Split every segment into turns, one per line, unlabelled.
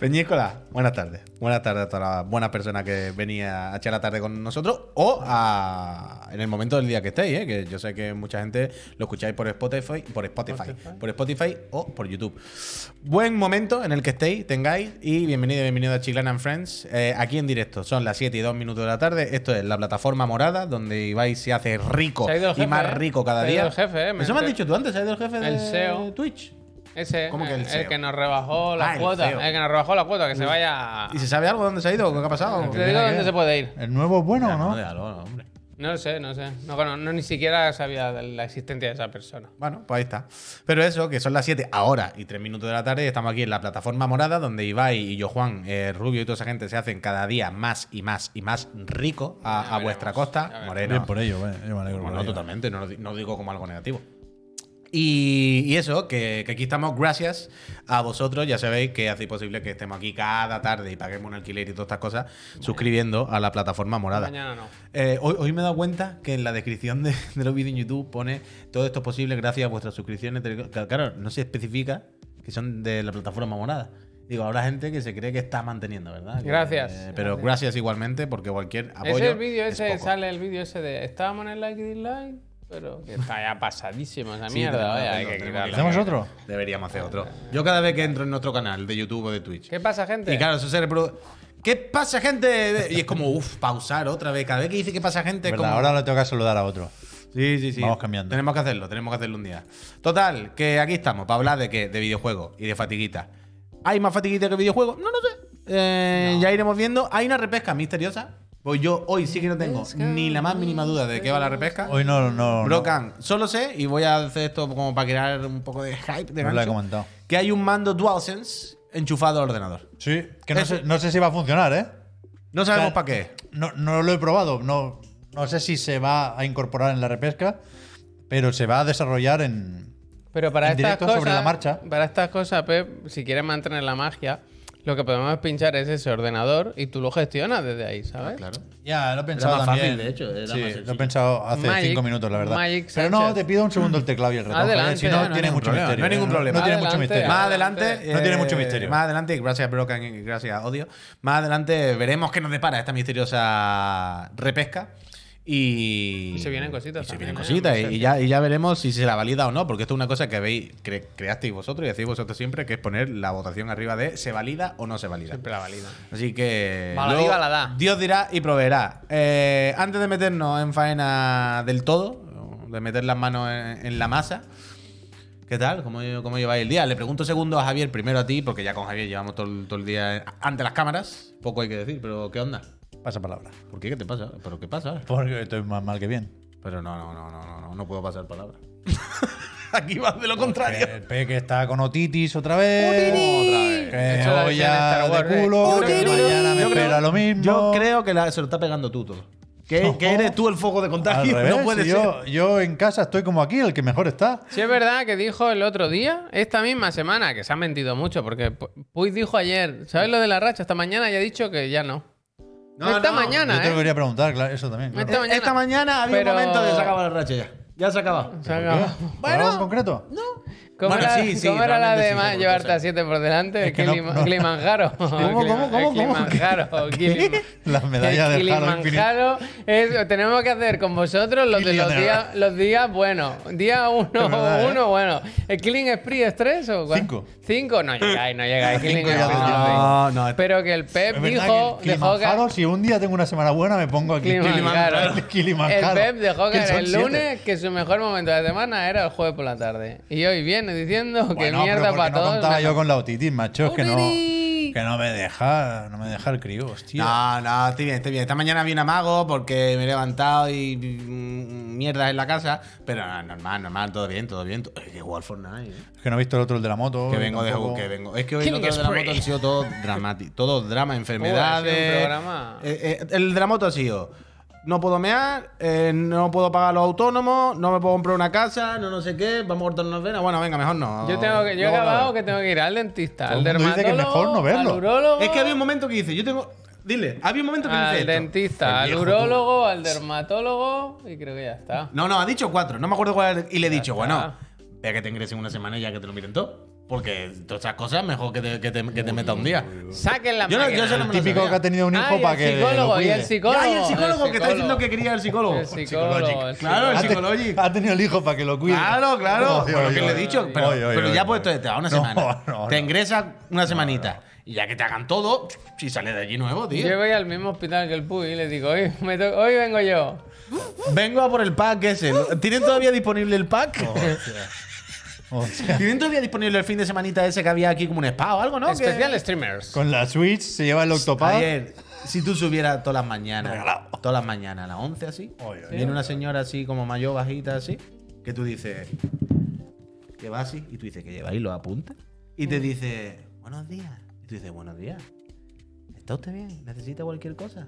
Peñícola, buena tarde. Buena tarde a toda la buena persona que venía a echar la tarde con nosotros o a, en el momento del día que estéis, ¿eh? que yo sé que mucha gente lo escucháis por Spotify, por Spotify,
Spotify.
por Spotify o por YouTube. Buen momento en el que estéis, tengáis y bienvenido, bienvenido a Chiclana and Friends. Eh, aquí en directo, son las 7 y 2 minutos de la tarde. Esto es la plataforma morada donde Ibai se hace rico
Se ha ido el
y
jefe,
más
¿eh?
rico cada
Se ha ido
día.
el jefe, ¿eh? Me
Eso me has
enteré.
dicho tú antes, ¿sabes del jefe de
El CEO.
Twitch?
Ese,
¿Cómo que el
el,
CEO?
que nos rebajó la
Ah, el
cuota.
CEO.
El, que nos rebajó la cuota, que se vaya. a-
¿Y se sabe algo dónde se ha ido? ¿Qué ha pasado?
Te digo dónde se puede ir.
El nuevo es bueno,
Ya,
¿no?
no, déjalo, no, hombre.
No lo sé, no sé. No, cono- no ni siquiera sabía de la existencia de esa persona.
Bueno, pues ahí está. Pero eso, que son las 7 ahora y 3 minutos de la tarde, y estamos aquí en la plataforma morada, donde Ibai y yo, Juan, eh, Rubio y toda esa gente se hacen cada día más y más y más rico a,
Ya
a vuestra
veremos, ya
costa
veremos.
morena.
Bien por ello, eh. Yo me alegro.
Bueno,
por
no,
ello.
totalmente, no lo di- no lo digo como algo negativo. Y, y eso, que, que aquí estamos gracias a vosotros. Ya sabéis que hacéis posible que estemos aquí cada tarde y paguemos un alquiler y todas estas cosas, suscribiendo a la plataforma morada.
Mañana no.
Eh, hoy, hoy me he dado cuenta que en la descripción de, de los vídeos en YouTube pone todo esto es posible gracias a vuestras suscripciones. Tele- Cla- Claro, no se especifica que son de la plataforma morada. Digo, habrá gente que se cree que está manteniendo, ¿verdad? Que,
Gracias.
eh, pero gracias.
Gracias.
igualmente porque cualquier apoyo.
Es el vídeo
es
ese,
poco.
sale el vídeo ese de estábamos en el like y dislike, pero que está ya pasadísimo esa
Sí,
mierda,
tenemos que
vaya, hay
hacerlo,
que
tenemos que
quitarlo.
¿Hacemos otro?
Deberíamos hacer otro. Yo cada vez que entro en nuestro canal de YouTube o de Twitch.
¿Qué pasa, gente?
Y claro, eso se reproduce. ¿Qué pasa, gente? Y es como, uff, pausar otra vez. Cada vez que dice qué pasa, gente, es
Verdad,
como.
Ahora le toca saludar a otro.
Sí, sí, sí.
Vamos cambiando.
Tenemos que hacerlo, tenemos que hacerlo un día. Total, que aquí estamos para hablar de qué, de videojuegos y de fatiguita. ¿Hay más fatiguita que videojuegos? No, no sé. Eh, Ya iremos viendo. Hay una repesca misteriosa. Pues yo hoy sí que no tengo ni la más mínima duda de qué va la repesca.
Hoy no, no. no,
Brocan, solo sé, y voy a hacer esto como para crear un poco de hype, de
no lo he
gancho,
comentado.
que hay un mando DualSense enchufado al ordenador.
Sí, que no
Eso-
sé, no sé si va a funcionar, ¿eh?
No sabemos
Claro.
para qué.
No, no lo he probado. No, no sé si se va a incorporar en la repesca, pero se va a desarrollar en.
Pero para
En
estas
directo
cosas,
sobre la marcha.
para estas cosas, Pep, si quieres mantener la magia, lo que podemos es pinchar es ese ordenador y tú lo gestionas desde ahí,
Ah,
¿sabes?
Claro.
Ya, lo he pensado
más
también.
fácil, de hecho, era
Sí,
más sencillo.
lo he pensado hace
Magic-
cinco minutos, la verdad.
Magic
pero no,
Sanchez.
te pido un segundo el teclado y el ratón.
Adelante,
¿vale? si
no,
no,
no
tiene
hay
mucho
problema,
misterio.
no hay ningún
¿eh?
problema.
No tiene mucho
Adelante,
misterio.
Más
Adelante.
adelante. eh,
No tiene mucho misterio.
Más adelante, gracias Brocan y gracias Odio. Más adelante veremos qué nos depara esta misteriosa repesca. Y,
Y se vienen cositas
Y se
también,
vienen
¿eh?
cositas.
Muchas
Y, y ya, y ya veremos si se la valida o no, porque esto es una cosa que habéis cre- creasteis vosotros y hacéis vosotros siempre, que es poner la votación arriba de se valida o no se valida.
Siempre la valida.
Así que.
Baladí, baladá.
Dios dirá y proveerá. Eh, antes de meternos en faena del todo, de meter las manos en, en la masa. ¿Qué tal? ¿Cómo, ¿Cómo lleváis el día? Le pregunto segundo a Javier, primero a ti, porque ya con Javier llevamos todo, el- todo el día ante las cámaras. Poco hay que decir, pero ¿qué onda?
Pasa palabra.
¿Por qué? ¿Qué te pasa? ¿Pero qué pasa?
Porque estoy más mal que bien.
Pero no, no, no, no, no, no, no puedo pasar palabra. Aquí vas de lo contrario.
El Eh, Peque está con otitis otra vez.
Otitis.
Que
Eso lo
hoy
decía en
ya
Star Wars,
de
¿eh?
culo.
Yo creo
que
que-
mañana me
yo creo-
espera lo mismo.
Yo creo que la- se lo está pegando tú todo. Que, que eres tú el foco de
Al
contagio.
revés,
no puede
si
ser.
yo, yo en casa estoy como aquí, el que mejor está.
Si es verdad que dijo el otro día, esta misma semana, que se ha mentido mucho, porque Pu- Puig dijo ayer, ¿sabes lo de la racha? Esta mañana ya ha dicho que ya no.
No,
esta
no,
Yo
mañana,
te lo
¿eh?
quería preguntar, claro, eso también. claro.
Esta mañana.
Esta mañana había
Pero-
un momento de se acaba la racha ya. Ya se acaba.
Se ha acabado.
¿Por algo en concreto?
¿Cómo
Bueno,
era,
sí, sí,
cómo era la
realmente
de
sí,
ma-
porque
llevarte
entonces-
a siete por delante?
Es que no-
Kilima-
no-
Kilimanjaro.
¿Cómo, cómo, cómo, cómo?
Kilimanjaro. Kilim-
La medalla del Halo Infinite.
Kilimanjaro es, tenemos que hacer con vosotros los de los
Killian,
días, los días buenos. Día uno,
verdad, ¿eh?
uno bueno. ¿El Killing Spree es tres o cuál?
Cinco.
Cinco, no llegáis, no llegáis. Killing
ya
Spree,
te-
Ah, no,
no, no, es-
Pero que el Pep dijo,
Es verdad que el
dejó que
Kilimanjaro, si un día tengo una semana buena, me pongo aquí.
Kilimanjaro.
El Kilimanjaro.
El Pep dejó
Que
caer
son
el
siete.
lunes que su mejor momento de la semana era el jueves por la tarde. Y hoy viene diciendo que
Bueno, pero
mierda
porque
para
no
todos.
contaba
menos-
yo con la otitis, macho. Es que no,
Otitis.
que no me deja, no me deja el crío, hostia.
No, no, estoy bien, estoy bien. Esta mañana viene amago porque me he levantado y mm, mierdas en la casa. Pero no, normal, normal, todo bien, todo bien. Es que jugar al Fortnite. eh.
Es que no he visto el otro, el de la moto.
Que vengo de
tampoco.
que vengo. Es que hoy
Killing
los de la
spree.
moto han sido todo dramático. Todo drama, enfermedades.
Uy, ha sido un programa.
Eh, eh, el de la moto ha sido. No puedo mear, eh, no puedo pagar a los autónomos, no me puedo comprar una casa, no no sé qué, vamos a cortarnos venas. Bueno, venga, mejor no.
Yo, tengo que, yo he
Luego lo
acabado
veo.
que tengo que ir al dentista,
eh. Todo
al
el
dermatólogo,
mundo dice que es mejor no verlo.
al urólogo,
Es que había un momento que dice, yo tengo. Dile, había un momento que dice.
al
esto.
dentista,
El
al
viejo,
urólogo, al dermatólogo y creo que ya está.
tú. No, no, ha dicho cuatro. No me acuerdo cuál. era. Y le he dicho,
está.
bueno, vea que te ingresen una semana y ya que te lo miren todo. Porque todas estas cosas mejor que te, que te- que te meta un día.
Saquen la
Yo no- yo eso no me lo
Típico que ha tenido un hijo
Ah, y
para
el
que. lo
psicólogo, y
cuide.
el psicólogo.
Ya, y el psicólogo que está
psicólogo.
diciendo que quería el psicólogo.
El psicólogo. el
Claro, el
Ha te-
psicólogo.
psicológico.
Ha tenido el hijo para que lo cuide.
Claro, claro.
Oye,
Bueno,
oye,
que le he
oye,
dicho,
oye,
pero,
oye,
pero
oye,
ya
oye.
puesto te da una
No,
semana.
no, no.
Te ingresa una semanita. Y ya que te hagan todo, si sale de allí nuevo, tío.
Yo voy al mismo hospital que el Puy y le digo, hoy, me to- hoy vengo yo.
Vengo a por el pack ese. ¿Tienen todavía disponible el pack?
Hostia.
¿Tienen todavía disponible el fin de semanita ese que había aquí como un spa o algo, no? Que-
Especial streamers.
Con la Switch se lleva el Octopad.
Javier, si tú subieras todas las mañanas, todas las mañanas a las 11 así,
Oye, oye.
viene una señora así como mayor, bajita así, que tú dices, que va así, y tú dices que lleva ahí los apuntes, y
Mm.
te dice, buenos días. Y tú dices, buenos días. ¿Está usted bien? ¿Necesita cualquier cosa?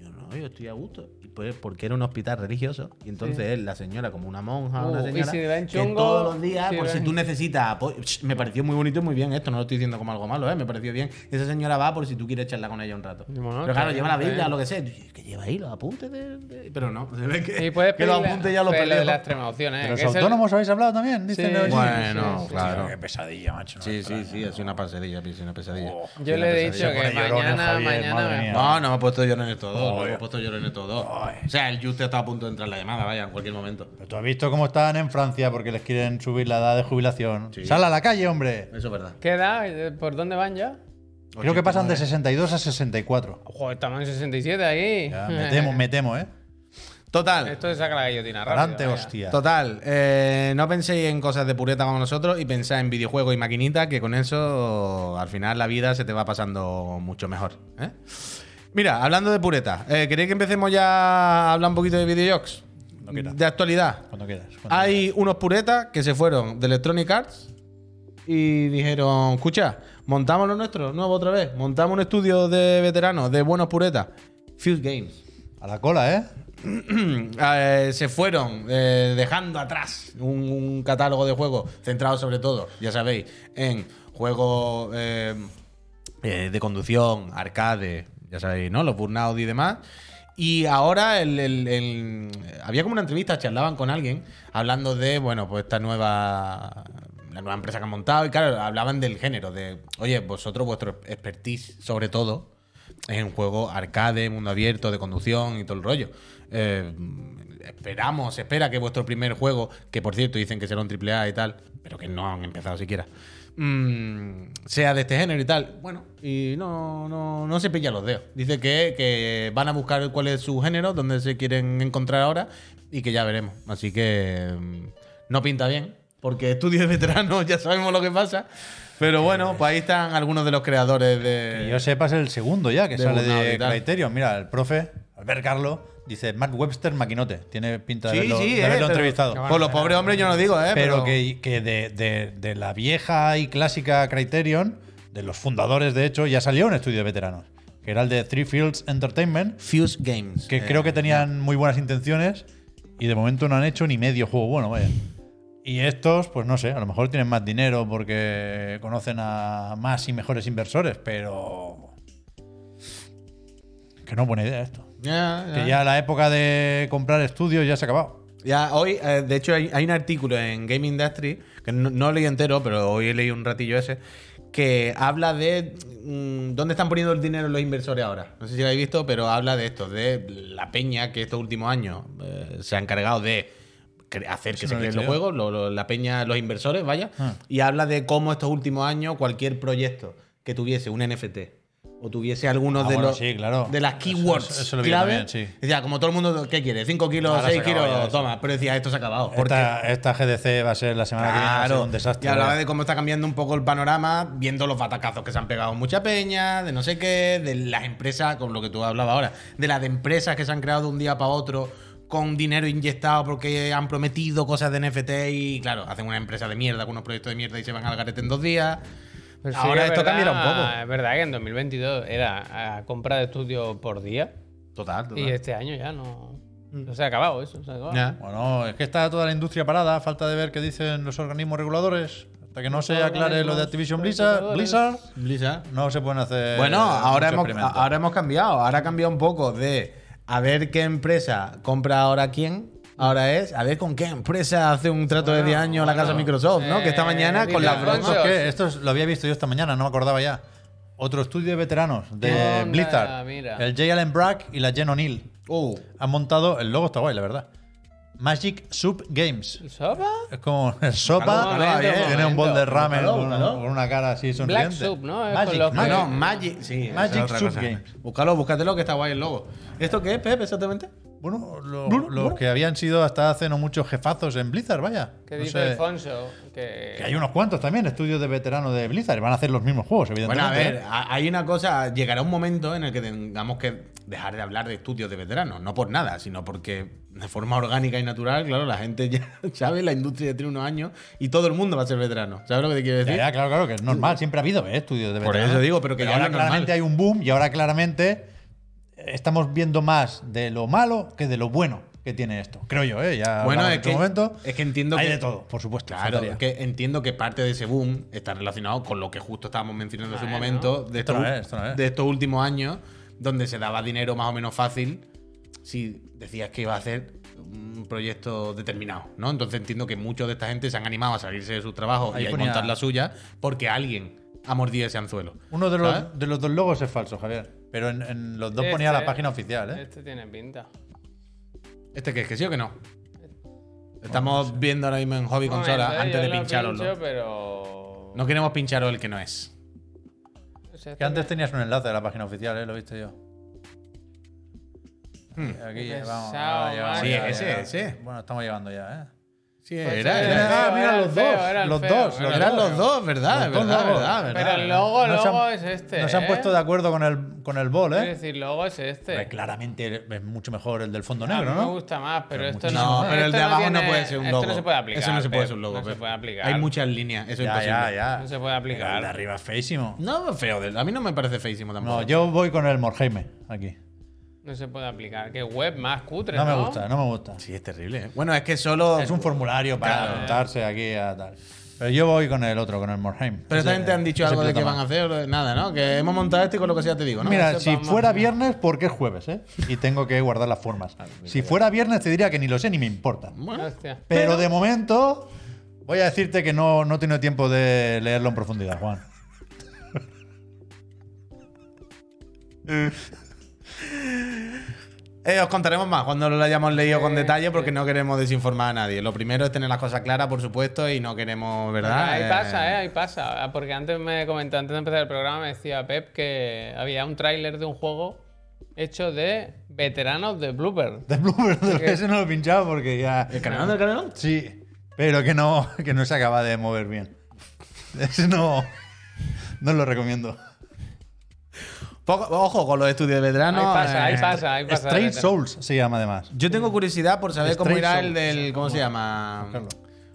Y yo, no, yo estoy a gusto. Y pues, porque era un hospital religioso. Y entonces él, la señora, como una monja,
Uh,
una
y
señora,
si va en
que
chungo,
todos los días,
si
por
va
si
en-
tú necesitas apoyo. Ch, Me pareció muy bonito y muy bien esto, no lo estoy diciendo como algo malo, ¿eh? me pareció bien. Esa señora va por si tú quieres charlar con ella un rato.
Bueno,
pero claro,
está
lleva la
bien,
Biblia,
está
lo que sea. Yo, Que lleva ahí los apuntes de. de- Pero no, se ve que,
Y puedes
que los
pedirle-
apuntes ya los
pero de
peleo.
la extrema opción, ¿eh?
De los
que es el-
autónomos habéis hablado también, dicen.
Sí.
¿no?
Bueno, claro.
Qué pesadilla, macho.
Sí, sí, sí, ha sido una pesadilla, ha sido una pesadilla.
Oh.
Ha sido
Yo
una
le he
pesadilla.
dicho que
pone llorón el
mañana,
Javier,
mañana.
madre
me-
mía.
No, no me ha puesto llorar en estos dos. No
Ay.
me ha puesto llorar en estos dos. O sea, el Juste está a punto de entrar en la llamada, vaya, en cualquier momento.
Pero tú has visto cómo están en Francia porque les quieren subir la edad de jubilación. Sal a la calle, hombre.
Eso es verdad.
¿Qué edad? ¿Por dónde van ya?
Creo que pasan de 62 a 64.
Ojo, estamos en 67 ahí.
Ya, me temo, me temo, ¿eh?
Total.
Esto se saca la guillotina rápido.
Adelante,
vaya.
hostia.
Total, eh, no penséis en cosas de pureta como nosotros y pensáis en videojuegos y maquinitas, que con eso al final la vida se te va pasando mucho mejor. ¿eh? Mira, hablando de pureta, eh, ¿queréis que empecemos ya a hablar un poquito de videojuegos?
No quiero.
de actualidad.
Cuando quieras. cuando
Hay unos puretas que se fueron de Electronic Arts y dijeron, escucha, montamos lo nuestro, nuevo otra vez, montamos un estudio de veteranos, de buenos puretas, Fuse Games.
quieras. A la cola, ¿eh?
Eh, se fueron eh, dejando atrás un, un catálogo de juegos centrado sobre todo, ya sabéis, en juegos eh, eh, de conducción, arcade, ya sabéis, ¿no? Los burnout y demás. Y ahora el- el- el- había como una entrevista, charlaban con alguien hablando de, bueno, pues esta nueva la nueva empresa que han montado y claro, hablaban del género, de, oye, vosotros, vuestro expertise sobre todo, es un juego arcade, mundo abierto, de conducción y todo el rollo. Eh, esperamos, se espera que vuestro primer juego, que por cierto dicen que será un AAA y tal, pero que no han empezado siquiera, mm, sea de este género y tal. Bueno, y no, no, no se pilla los dedos. Dice que, que van a buscar cuál es su género, dónde se quieren encontrar ahora y que ya veremos. Así que mm, no pinta bien. Porque estudios de veteranos ya sabemos lo que pasa. Pero bueno, pues ahí están algunos de los creadores de.
Que yo sepa es el segundo ya que
Eh, de
sale
Burnout y
de
tal.
Criterion. Mira, el profe, Albert Carlo, dice Matt Webster maquinote. Tiene pinta de
Sí,
haberlo,
sí,
de
eh,
haberlo
pero-
entrevistado.
Por los pobres hombres yo no digo, ¿eh?
pero que, que de, de- de la vieja y clásica Criterion, de los fundadores de hecho, ya salió un estudio de veteranos, que era el de Three Fields Entertainment,
Fuse Games.
que
Eh,
creo que tenían muy buenas intenciones y de momento no han hecho ni medio juego bueno, vaya. Y estos, pues no sé, a lo mejor tienen más dinero porque conocen a más y mejores inversores, pero... Que no es buena idea esto.
Ya, ya.
Que ya la época de comprar estudios ya se ha acabado.
Ya, hoy, eh, de hecho, hay, hay un artículo en Game Industry, que no, no leí entero, pero hoy he leído un ratillo ese, que habla de mm, dónde están poniendo el dinero los inversores ahora. No sé si lo habéis visto, pero habla de esto, de la peña que estos últimos años eh, se ha encargado de cre- hacer que
Eso
se
no lo he
creen
visto
los
yo.
juegos, lo- lo- la peña, los inversores, vaya,
Ah.
y habla de cómo estos últimos años cualquier proyecto que tuviese un NFT o tuviese algunos
Ah,
de
bueno,
los
sí, claro.
de las
Eso-
keywords
eso- eso lo vi
clave
también, sí.
Decía, como todo el mundo, ¿qué quiere? ¿5 kilos,
Ahora se
6
acabó
kilos?
ya eso.
Toma. Pero decía, esto se ha acabado. Porque,
Esta, esta GDC va a ser la semana que viene va a ser
claro,
un desastre.
y hablaba
vaya.
de cómo está cambiando un poco el panorama, viendo los batacazos que se han pegado mucha peña, de no sé qué, de las empresas, con lo que tú hablabas ahora, de las de empresas que se han creado de un día para otro con dinero inyectado porque han prometido cosas de NFT y, claro, hacen una empresa de mierda con unos proyectos de mierda y se van al garete en dos días.
Pero Pues sí
ahora
que es
esto
verdad-
cambiará un poco.
Es verdad que en 2022 era a compra de estudio por día.
Total, total. Mm.
Y este año ya no. no se ha acabado eso. Se ha acabado.
Ya.
Bueno, es que está toda la industria parada, a falta de ver qué dicen los organismos reguladores. Hasta que no se aclare lo de Activision Blizzard, Blizzard,
Blizzard.
no se pueden hacer.
Bueno,
muchos
ahora hemos,
experimentos.
ahora hemos cambiado. Ahora ha cambiado un poco de a ver qué empresa compra ahora quién Ahora es a ver con qué empresa hace un trato de 10 años la casa
bueno.
Microsoft, ¿no? que esta
Eh,
mañana con
dile
las
a
broncas.
Esto es que esto es- lo había visto yo esta mañana, no me acordaba ya. Otro estudio de veteranos de
Onda,
Blizzard.
mira.
El J. Allen Brack y la Jen O'Neill.
Uh,
Han montado. El logo está guay, la verdad. Magic Soup Games.
¿Sopa?
Es como el sopa. eh,
Calor, calor,
tiene
bien,
un
momento.
bol de ramen
Calor,
con,
calor.
con una cara así sonriente.
Black Soup, ¿no? Es
Magic,
con los-
no,
Magic.
no, Magic. Sí, esa
Magic
es otra
Soup
cosa.
Game.
Búscalo, búscatelo, que está guay el logo. ¿Esto qué es, Pep, exactamente?
Bueno, lo-
Bruno,
los
Bruno.
que habían sido hasta hace no muchos jefazos en Blizzard, vaya.
¿Qué
No
dice
sé.
Alfonso? Que,
Que hay unos cuantos también, estudios de veteranos de Blizzard. y Van a hacer los mismos juegos,
Bueno,
evidentemente.
a ver,
¿eh?
a- hay una cosa, llegará un momento en el que tengamos que dejar de hablar de estudios de veteranos, no por nada, sino porque de forma orgánica y natural, claro, la gente ya sabe, la industria tiene unos años y todo el mundo va a ser veterano. ¿Sabes lo que te quiero
Ya,
decir? Mm.
ya, claro, claro, que es normal. Siempre ha habido ¿eh? estudios de
Por
veteranos.
eso digo, pero que ya
ahora
no es normal.
claramente hay un boom y ahora claramente estamos viendo más de lo malo que de lo bueno que tiene esto. Creo yo, ¿eh? Ya
Bueno,
hablamos
es
en otro
que-
momento.
es que entiendo
Hay
que-
de todo, por supuesto.
Claro,
faltaría.
es que entiendo que parte de ese boom está relacionado con lo que justo estábamos mencionando hace un
Bueno.
momento, de
Esto
estos,
no es, esto no es.
de estos últimos años, donde se daba dinero más o menos fácil si decías que iba a hacer un proyecto determinado, ¿no? Entonces entiendo que muchos de esta gente se han animado a salirse de sus trabajos
Ahí
y a
ponía-
montar la suya porque alguien ha mordido ese anzuelo.
Uno de los,
¿Sabes?
de los dos logos es falso, Javier. Pero en, en los dos
Este-
ponía la página oficial, ¿eh?
Este tiene pinta.
¿Este qué es? ¿Que sí o que no? Estamos viendo ahora mismo en Hobby Consola
Momento, eh,
antes
yo
de
lo
pincharoslo.
pincho, pero...
No queremos pincharos el que no es.
O sea,
Que
este
antes
me-
tenías un enlace de la página oficial, ¿eh? Lo viste yo. Aquí,
Qué
vamos.
pesado,
ahora llegamos,
macho.
ya,
Hmm. Sí,
ya,
ese,
ya.
ese.
Bueno, estamos llegando ya, ¿eh?
Sí,
Pues
era,
era-
era.
Ah, mira,
el
los
feo,
dos.
era el
los
feo,
dos.
era
los
el
Eran
dos.
los dos, ¿verdad?
Los dos
¿Verdad?
logos.
¿Verdad?
Pero el
¿Verdad?
logo,
No se han-
logo es este,
No se han
¿eh?
puesto de acuerdo con el, con el bol,
Es
¿eh?
decir, logo es este.
Hombre, claramente es mucho mejor el del fondo
A mí
negro,
me
¿no?
gusta más, pero,
Pero
esto
No,
no.
pero el
esto
de abajo no,
tiene-
puede ser un logo.
Esto no se puede aplicar.
Eso no se puede
Pep.
ser un logo.
No se
Pep.
puede aplicar.
Hay muchas líneas, eso es
Ya,
imposible.
ya, ya.
No se puede
Pero el de
aplicar.
arriba es feísimo.
No, feo. de- A mí no me parece feísimo tampoco.
No, yo voy con el Morheime aquí.
No se puede aplicar. Qué web más cutre.
No me gusta, no me gusta.
Sí, es terrible. ¿eh? Bueno, es que solo.
Es un formulario para
Claro.
apuntarse aquí a tal. Pero yo voy con el otro, con el Morheim.
Pero esta
Ese-
gente han dicho
ese
algo de que
pilota
van a
más.
hacer. Nada, ¿no? Que hemos montado esto y con lo que sea te digo, ¿no?
Mira,
Ese
si
va más
fuera
allá.
viernes, porque es jueves, ¿eh? Y tengo que guardar las formas.
Ah,
Si fuera viernes, te diría que ni lo sé ni me importa.
Bueno,
Hostia.
Pero de momento, voy a decirte que no, no he tenido tiempo de leerlo en profundidad, Juan.
eh, os contaremos más cuando lo hayamos leído con detalle porque no queremos desinformar a nadie. Lo primero es tener las cosas claras, por supuesto, y no queremos,
Ah,
¿verdad?
Ahí
Eh,
pasa, ¿eh? Ahí pasa. Ah, Porque antes me comentó, antes de empezar el programa, me decía Pep que había un tráiler de un juego hecho de veteranos de Blooper.
De Bloober, de lo que ese no lo he pinchado porque ya.
¿El canal del canal?
Sí, pero que no, que no se acaba de mover bien. Ese no. No lo recomiendo.
Poco- ojo con los estudios de veteranos.
Ahí pasa, ahí
eh,
pasa, ahí pasa.
Ah, Straight
Veteranos.
Souls se llama además.
Yo tengo curiosidad por saber cómo
Stray
irá el
Souls.
del. ¿Cómo se llama?
Buscarlo.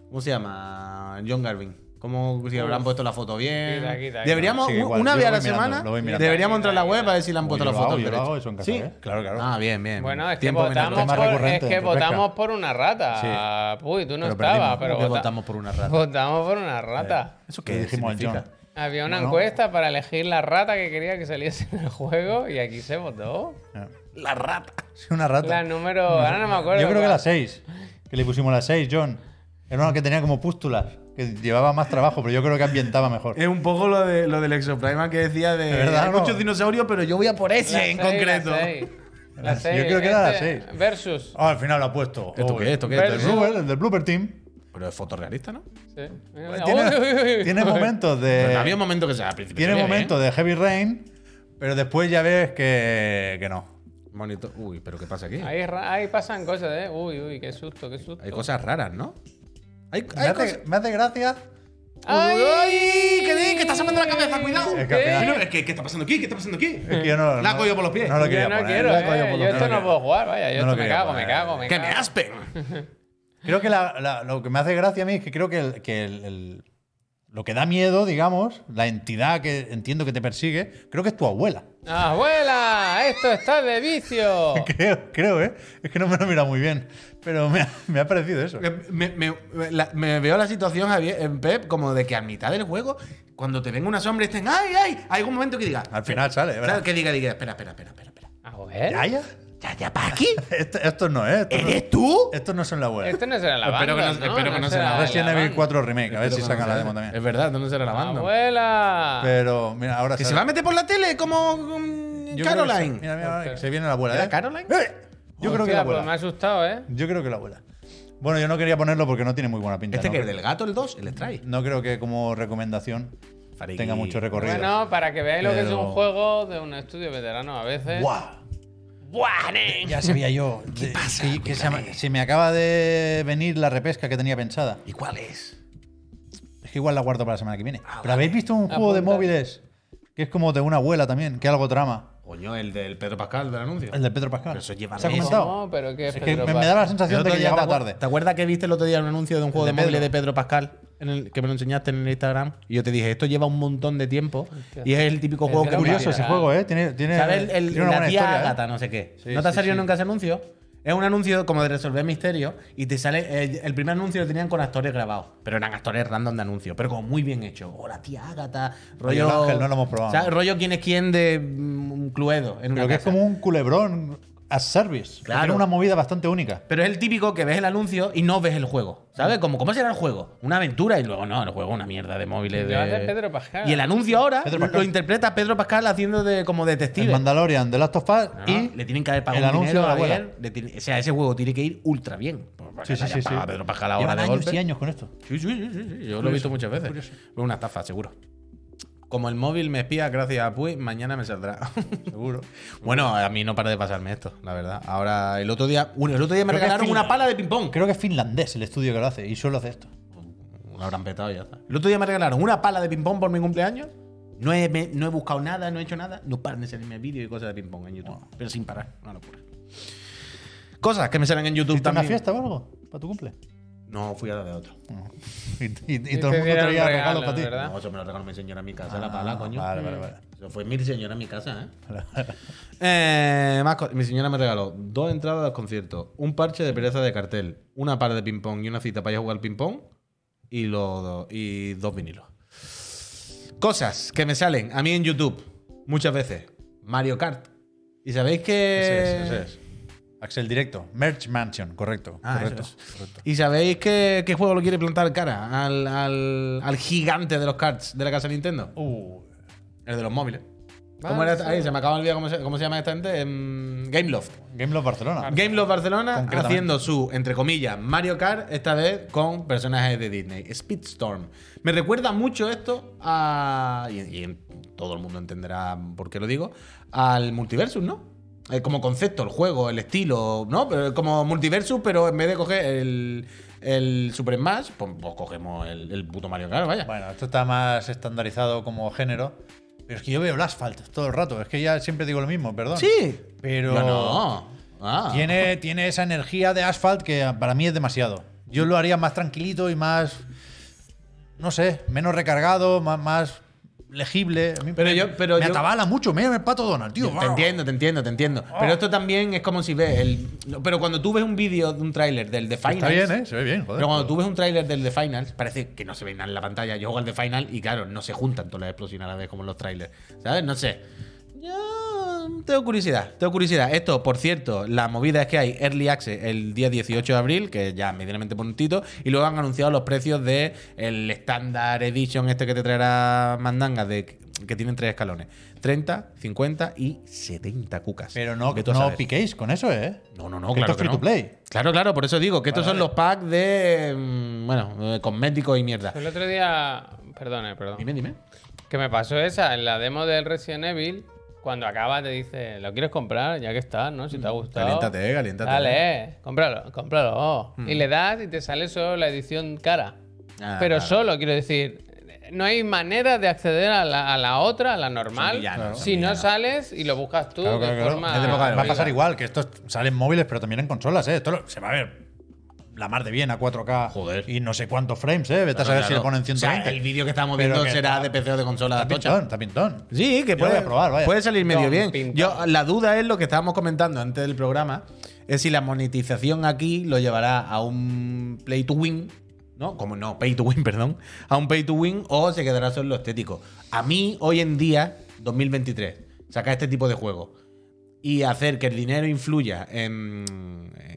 ¿Cómo se llama? John Garvin. ¿Cómo si habrán puesto la foto bien?
Quita, quita, quita.
deberíamos,
Sí, igual,
una
yo
vez a
voy
la
mirando,
semana,
lo voy mirando.
deberíamos
Quita,
entrar a la
quita,
web a ver si le han
Uy,
puesto la
yo lo
foto.
hago,
al
yo lo
derecho.
hago eso en casa,
¿Sí?
¿eh? Claro, claro.
Ah, bien, bien.
Bueno, es que
Tiempo menos
votamos,
Tema
dos.
por,
recurrente,
es que
refresca.
votamos por una rata. Uy, tú no
Pero
estabas,
perdimos.
pero
¿Cómo que
vota-
votamos por una rata?
Votamos por una rata.
¿Eso
Lo
qué
dijimos al
significa?
John.
Había una
No, no.
encuesta para elegir la rata que quería que saliese en el juego y aquí se votó.
La rata.
Sí, una rata.
La número. Ahora no me acuerdo.
Yo creo que
cuál.
la 6. Que le pusimos la 6, John. Era una que tenía como pústulas. Que llevaba más trabajo, pero yo creo que ambientaba mejor.
Es un poco lo, de, lo del exoprima que decía de.
¿De verdad,
hay
no?
muchos dinosaurios, pero yo voy a por
La
ese en
seis,
concreto.
la seis. La
Yo
seis,
creo que era la
este,
seis.
Versus.
Ah, al final lo ha puesto.
¿Esto qué es? ¿Esto qué
El
es?
del
Versus.
blooper, el del blooper team.
Pero es fotorrealista, ¿no?
Sí. Mira, mira. Uy, uy,
Tiene,
uy.
tiene momentos de.
Pero había momentos que se al principio.
Eh, Tiene
se ve,
momentos de Heavy Rain, pero después ya ves que, que no.
¿eh? Bonito. Uy, pero ¿qué pasa aquí?
Ahí, ra- ahí pasan cosas, ¿eh? Uy, uy, qué susto, qué susto.
Hay cosas raras, ¿no? Hay,
Me
hay
hace, me hace gracia.
¡Ay!
¡Qué bien! ¡Que está asomando la cabeza! ¡Cuidado!
Es que al
¿Qué?
final-
No, es que, ¿qué está pasando aquí? ¿Qué está pasando aquí?
es que yo no,
La ha
no-
cogido por los pies.
No lo quería
yo no
poner.
quiero,
la ha
eh.
cogido por los
Yo
pies,
esto
lo
no
quería.
puedo jugar, vaya. Yo
No lo
esto me
quería
cago,
poner.
me cago, me
¡Que
cago.
me aspen!
Creo que la- la- lo que me hace gracia a mí es que creo que, el- que el- el- lo que da miedo, digamos, la entidad que entiendo que te persigue, creo que es tu abuela.
¡Abuela! ¡Esto está de vicio!
Creo, creo, ¿eh? Es que no me lo mira muy bien, pero me ha, me ha parecido eso.
Me, me- me- la- me veo la situación, Javier, en Pep, como de que a mitad del juego, cuando te venga una sombra y estén ¡ay, ay! Hay un momento que diga.
Al final sale,
Claro,
¿verdad?
que diga, diga, espera, espera, espera, espera. espera.
¿Abuela?
¿Yaya?
¿Yaya Paki?
Esto, esto no, ¿eh? Esto no,
¿Eres tú?
esto no es en la web.
Este no será la
Espero que
banda,
no-
¿no?
espero que no sea
será
la
la
Resident Evil
banda.
4 Remake, a ver si sacan la demo también.
Es verdad, ¿dónde será la
Ah,
banda?
¡Abuela!
Pero, mira, ahora
Que
sale-
se va a meter por la tele como mm,
yo creo que se-
Caroline.
Mira, mira,
Porque-
que se viene la abuela.
¿Era
¿eh?
Caroline?
¡Eh! Yo creo
Hostia,
que la
pues me ha
abuela.
asustado, ¿eh?
Yo creo que la abuela. Bueno, yo no quería ponerlo porque no tiene muy buena pinta.
Este
no,
que es
creo,
del gato, el 2, el Strike.
no creo que como recomendación
Fariki.
tenga mucho recorrido.
Bueno, para que veáis lo que es
Pero-
un juego de un estudio veterano a veces.
¡Guau!
¡Buah, nen!
Ya sabía yo. ¿Qué pasa? Que se, me- se me acaba de venir la repesca que tenía pensada.
¿Y cuál es?
Es que igual la guardo para la semana que viene. Pero habéis visto un juego de
Apunta.
móviles que es como de una abuela también, que algo trama.
Coño, el del Pedro Pascal del anuncio.
El de Pedro Pascal.
Pero eso lleva
¿Se ha
meses.
comentado?
No, pero que
Es
es
que
Pedro
me, me
Paz.
daba la
El
sensación de
otro
que
día,
llegaba
¿te acuer-
tarde.
¿Te acuerdas que viste el otro día un anuncio de un juego de,
de
móviles
Pedro.
de Pedro Pascal? En el que me lo enseñaste en el Instagram. Y yo te dije, esto lleva un montón de tiempo. Y es el típico juego que
de la
Curioso
Mira.
ese juego, ¿eh? Tiene, tiene,
¿Sabes? El- el-
tiene una
la
buena
tía
historia. ¿eh?
Agatha, no sé qué.
Sí,
¿No te ha
sí,
salido
sí.
nunca ese anuncio? Es un anuncio como de resolver misterios y te sale. El, el primer anuncio lo tenían con actores grabados, pero eran actores random de anuncio, pero como muy bien hecho. Hola, tía Agatha. Rollo.
el ángel, no lo hemos probado.
O sea, rollo quién es quién de mm, un Cluedo. En una
Pero que es
casa.
como un culebrón as service. que
Claro.
Tiene una movida bastante única.
Pero es el típico que ves el anuncio y no ves el juego.
Mm.
¿Sabes? Como, ¿cómo será el juego? Una aventura y luego no, el juego es una mierda de móviles.
Yo hace
De...
Pedro Pascal.
Y el anuncio ahora
Pedro Pascal.
lo interpreta Pedro Pascal haciendo de como detective.
El Mandalorian, The Last of Us
No, no,
y.
le tienen que haber
el
pagado un
anuncio
dinero
de la
a
abuela.
Ariel, le tiene- o sea, ese juego tiene que ir ultra bien. Pues, Para que
Sí, sí,
le hayan
sí. sí.
pagado a Pedro Pascal ahora
Llevan
de
años
golpe.
y años con esto.
Sí, sí, sí, sí, sí, Yo lo he visto muchas veces. Fue una estafa, seguro. Como el móvil me espía gracias a Puy, mañana me saldrá.
Seguro.
bueno, a mí no para de pasarme esto, la verdad. Ahora, el otro día, bueno, este el otro día me
Creo que
regalaron
es
una
Finlandia.
pala de ping-pong.
Creo que es finlandés el estudio que lo hace y solo hace esto.
Lo habrán petado y ya está. El otro día me regalaron una pala de ping-pong por mi cumpleaños. No he, me- no he buscado nada, no he hecho nada. No paran de salirme vídeos y cosas de ping-pong en YouTube. Pero sin parar, una locura. Cosas que me salen en YouTube
¿Hiciste
también.
una fiesta o algo? ¿Para tu cumple?
No, fui a la de otro.
Y, y- y
te
todo el mundo
dieron
traía
regalo,
regalos para ti.
¿verdad?
No, eso me lo regaló mi señora en mi casa,
Ah,
la pala, coño.
Vale, vale, vale.
Eso fue mi señora en mi casa, ¿eh? Eh, más co- mi señora me regaló dos entradas al concierto, un parche de pereza de cartel, una par de ping-pong y una cita para ir a jugar al ping-pong y, los y dos vinilos. Cosas que me salen a mí en YouTube muchas veces. Mario Kart. ¿Y sabéis que...?
Ese es, ese
Eh.
es. Axel Directo. Merch Mansion, correcto.
Ah, eso
correcto.
es. ¿Y sabéis qué, qué juego lo quiere plantar cara al, al- al gigante de los carts de la casa Nintendo?
Uh,
El de los móviles.
Ah,
¿Cómo era?
sí.
Ahí, se me acaba de olvidar cómo se, cómo se llama esta gente. Em, Gameloft.
Game Love Barcelona.
Gameloft Barcelona
Concretamente.
haciendo su, entre comillas, Mario Kart, esta vez con personajes de Disney. Speedstorm. Me recuerda mucho esto a. Y, y todo el mundo entenderá por qué lo digo. Al Multiversus, ¿no? Eh, Como concepto, el juego, el estilo, ¿no? Pero como Multiversus, pero en vez de coger el, el Super Smash, pues, pues cogemos el, el puto Mario Kart, vaya.
Bueno, esto está más estandarizado como género. Pero es que yo veo el asfalt todo el rato. Es que ya siempre digo lo mismo, perdón.
sí.
Pero.
Yo no. Ah.
Tiene, tiene esa energía de asfalt que para mí es demasiado. Yo lo haría más tranquilito y más. No sé, menos recargado, más, más legible. A mí
Pero
me,
yo- pero
me
yo-
atabala mucho. Mira el pato Donald, tío.
Te entiendo, te entiendo, te entiendo. Pero esto también es como si ves el. Pero cuando tú ves un vídeo de un tráiler del The Finals.
Está bien, ¿eh? Se ve bien, joder.
Pero cuando tú ves un tráiler del The Finals, parece que no se ve nada en la pantalla. Yo juego al The Final y claro, no se juntan todas las explosiones a la vez como en los trailers. ¿Sabes? No sé. Yo tengo curiosidad, tengo curiosidad. Esto, por cierto, la movida es que hay Early Access el día 18 de abril, que ya medianamente prontito, y luego han anunciado los precios de el Standard Edition este que te traerá Mandanga, de, que tienen tres escalones. 30, 50 y 70 cucas.
Pero no,
Vete a
no
saber.
piquéis con eso, ¿eh?
No, no, no,
Que
claro
esto es
que
free
no.
to play.
Claro, claro, por eso digo que estos son los packs de. mm, Bueno, de cosméticos y mierda.
El otro día. Perdone, perdón.
Dime, dime.
Que me pasó esa, en la demo del Resident Evil, cuando acaba te dice, ¿lo quieres comprar? Ya que está, ¿no? Si te ha gustado.
Caliéntate, eh, caliéntate.
Dale, eh, cómpralo, cómpralo. oh. Y le das y te sale solo la edición cara.
Ah,
Pero
claro.
solo, quiero decir, no hay manera de acceder a la, a la otra, a la normal,
villanos,
si
son
no
villanos.
sales y lo buscas tú
Claro,
de
claro, claro.
forma...
Es de poca
Va a pasar
obligada.
igual, que esto sale en móviles, pero también en consolas, ¿eh? Esto lo- se va a ver la mar de bien a 4K
Joder.
y no sé cuántos frames, ¿eh? Vete a saber si le ponen
O sea,
120.
el vídeo que estamos
Pero
viendo
que
será
está-
de PC o de consola
Está
tocha.
pintón, está pintón.
Sí, que
Yo lo
puede,
voy a probar, vaya.
puede salir medio
Don
bien.
Pintado.
Yo, la duda es lo que estábamos comentando antes del programa, es si la monetización aquí lo llevará a un play to win, ¿no? Como no, pay to win, perdón, a un pay to win o se quedará solo en lo estético. A mí, hoy en día, 2023, saca este tipo de juego y hacer que el dinero influya en,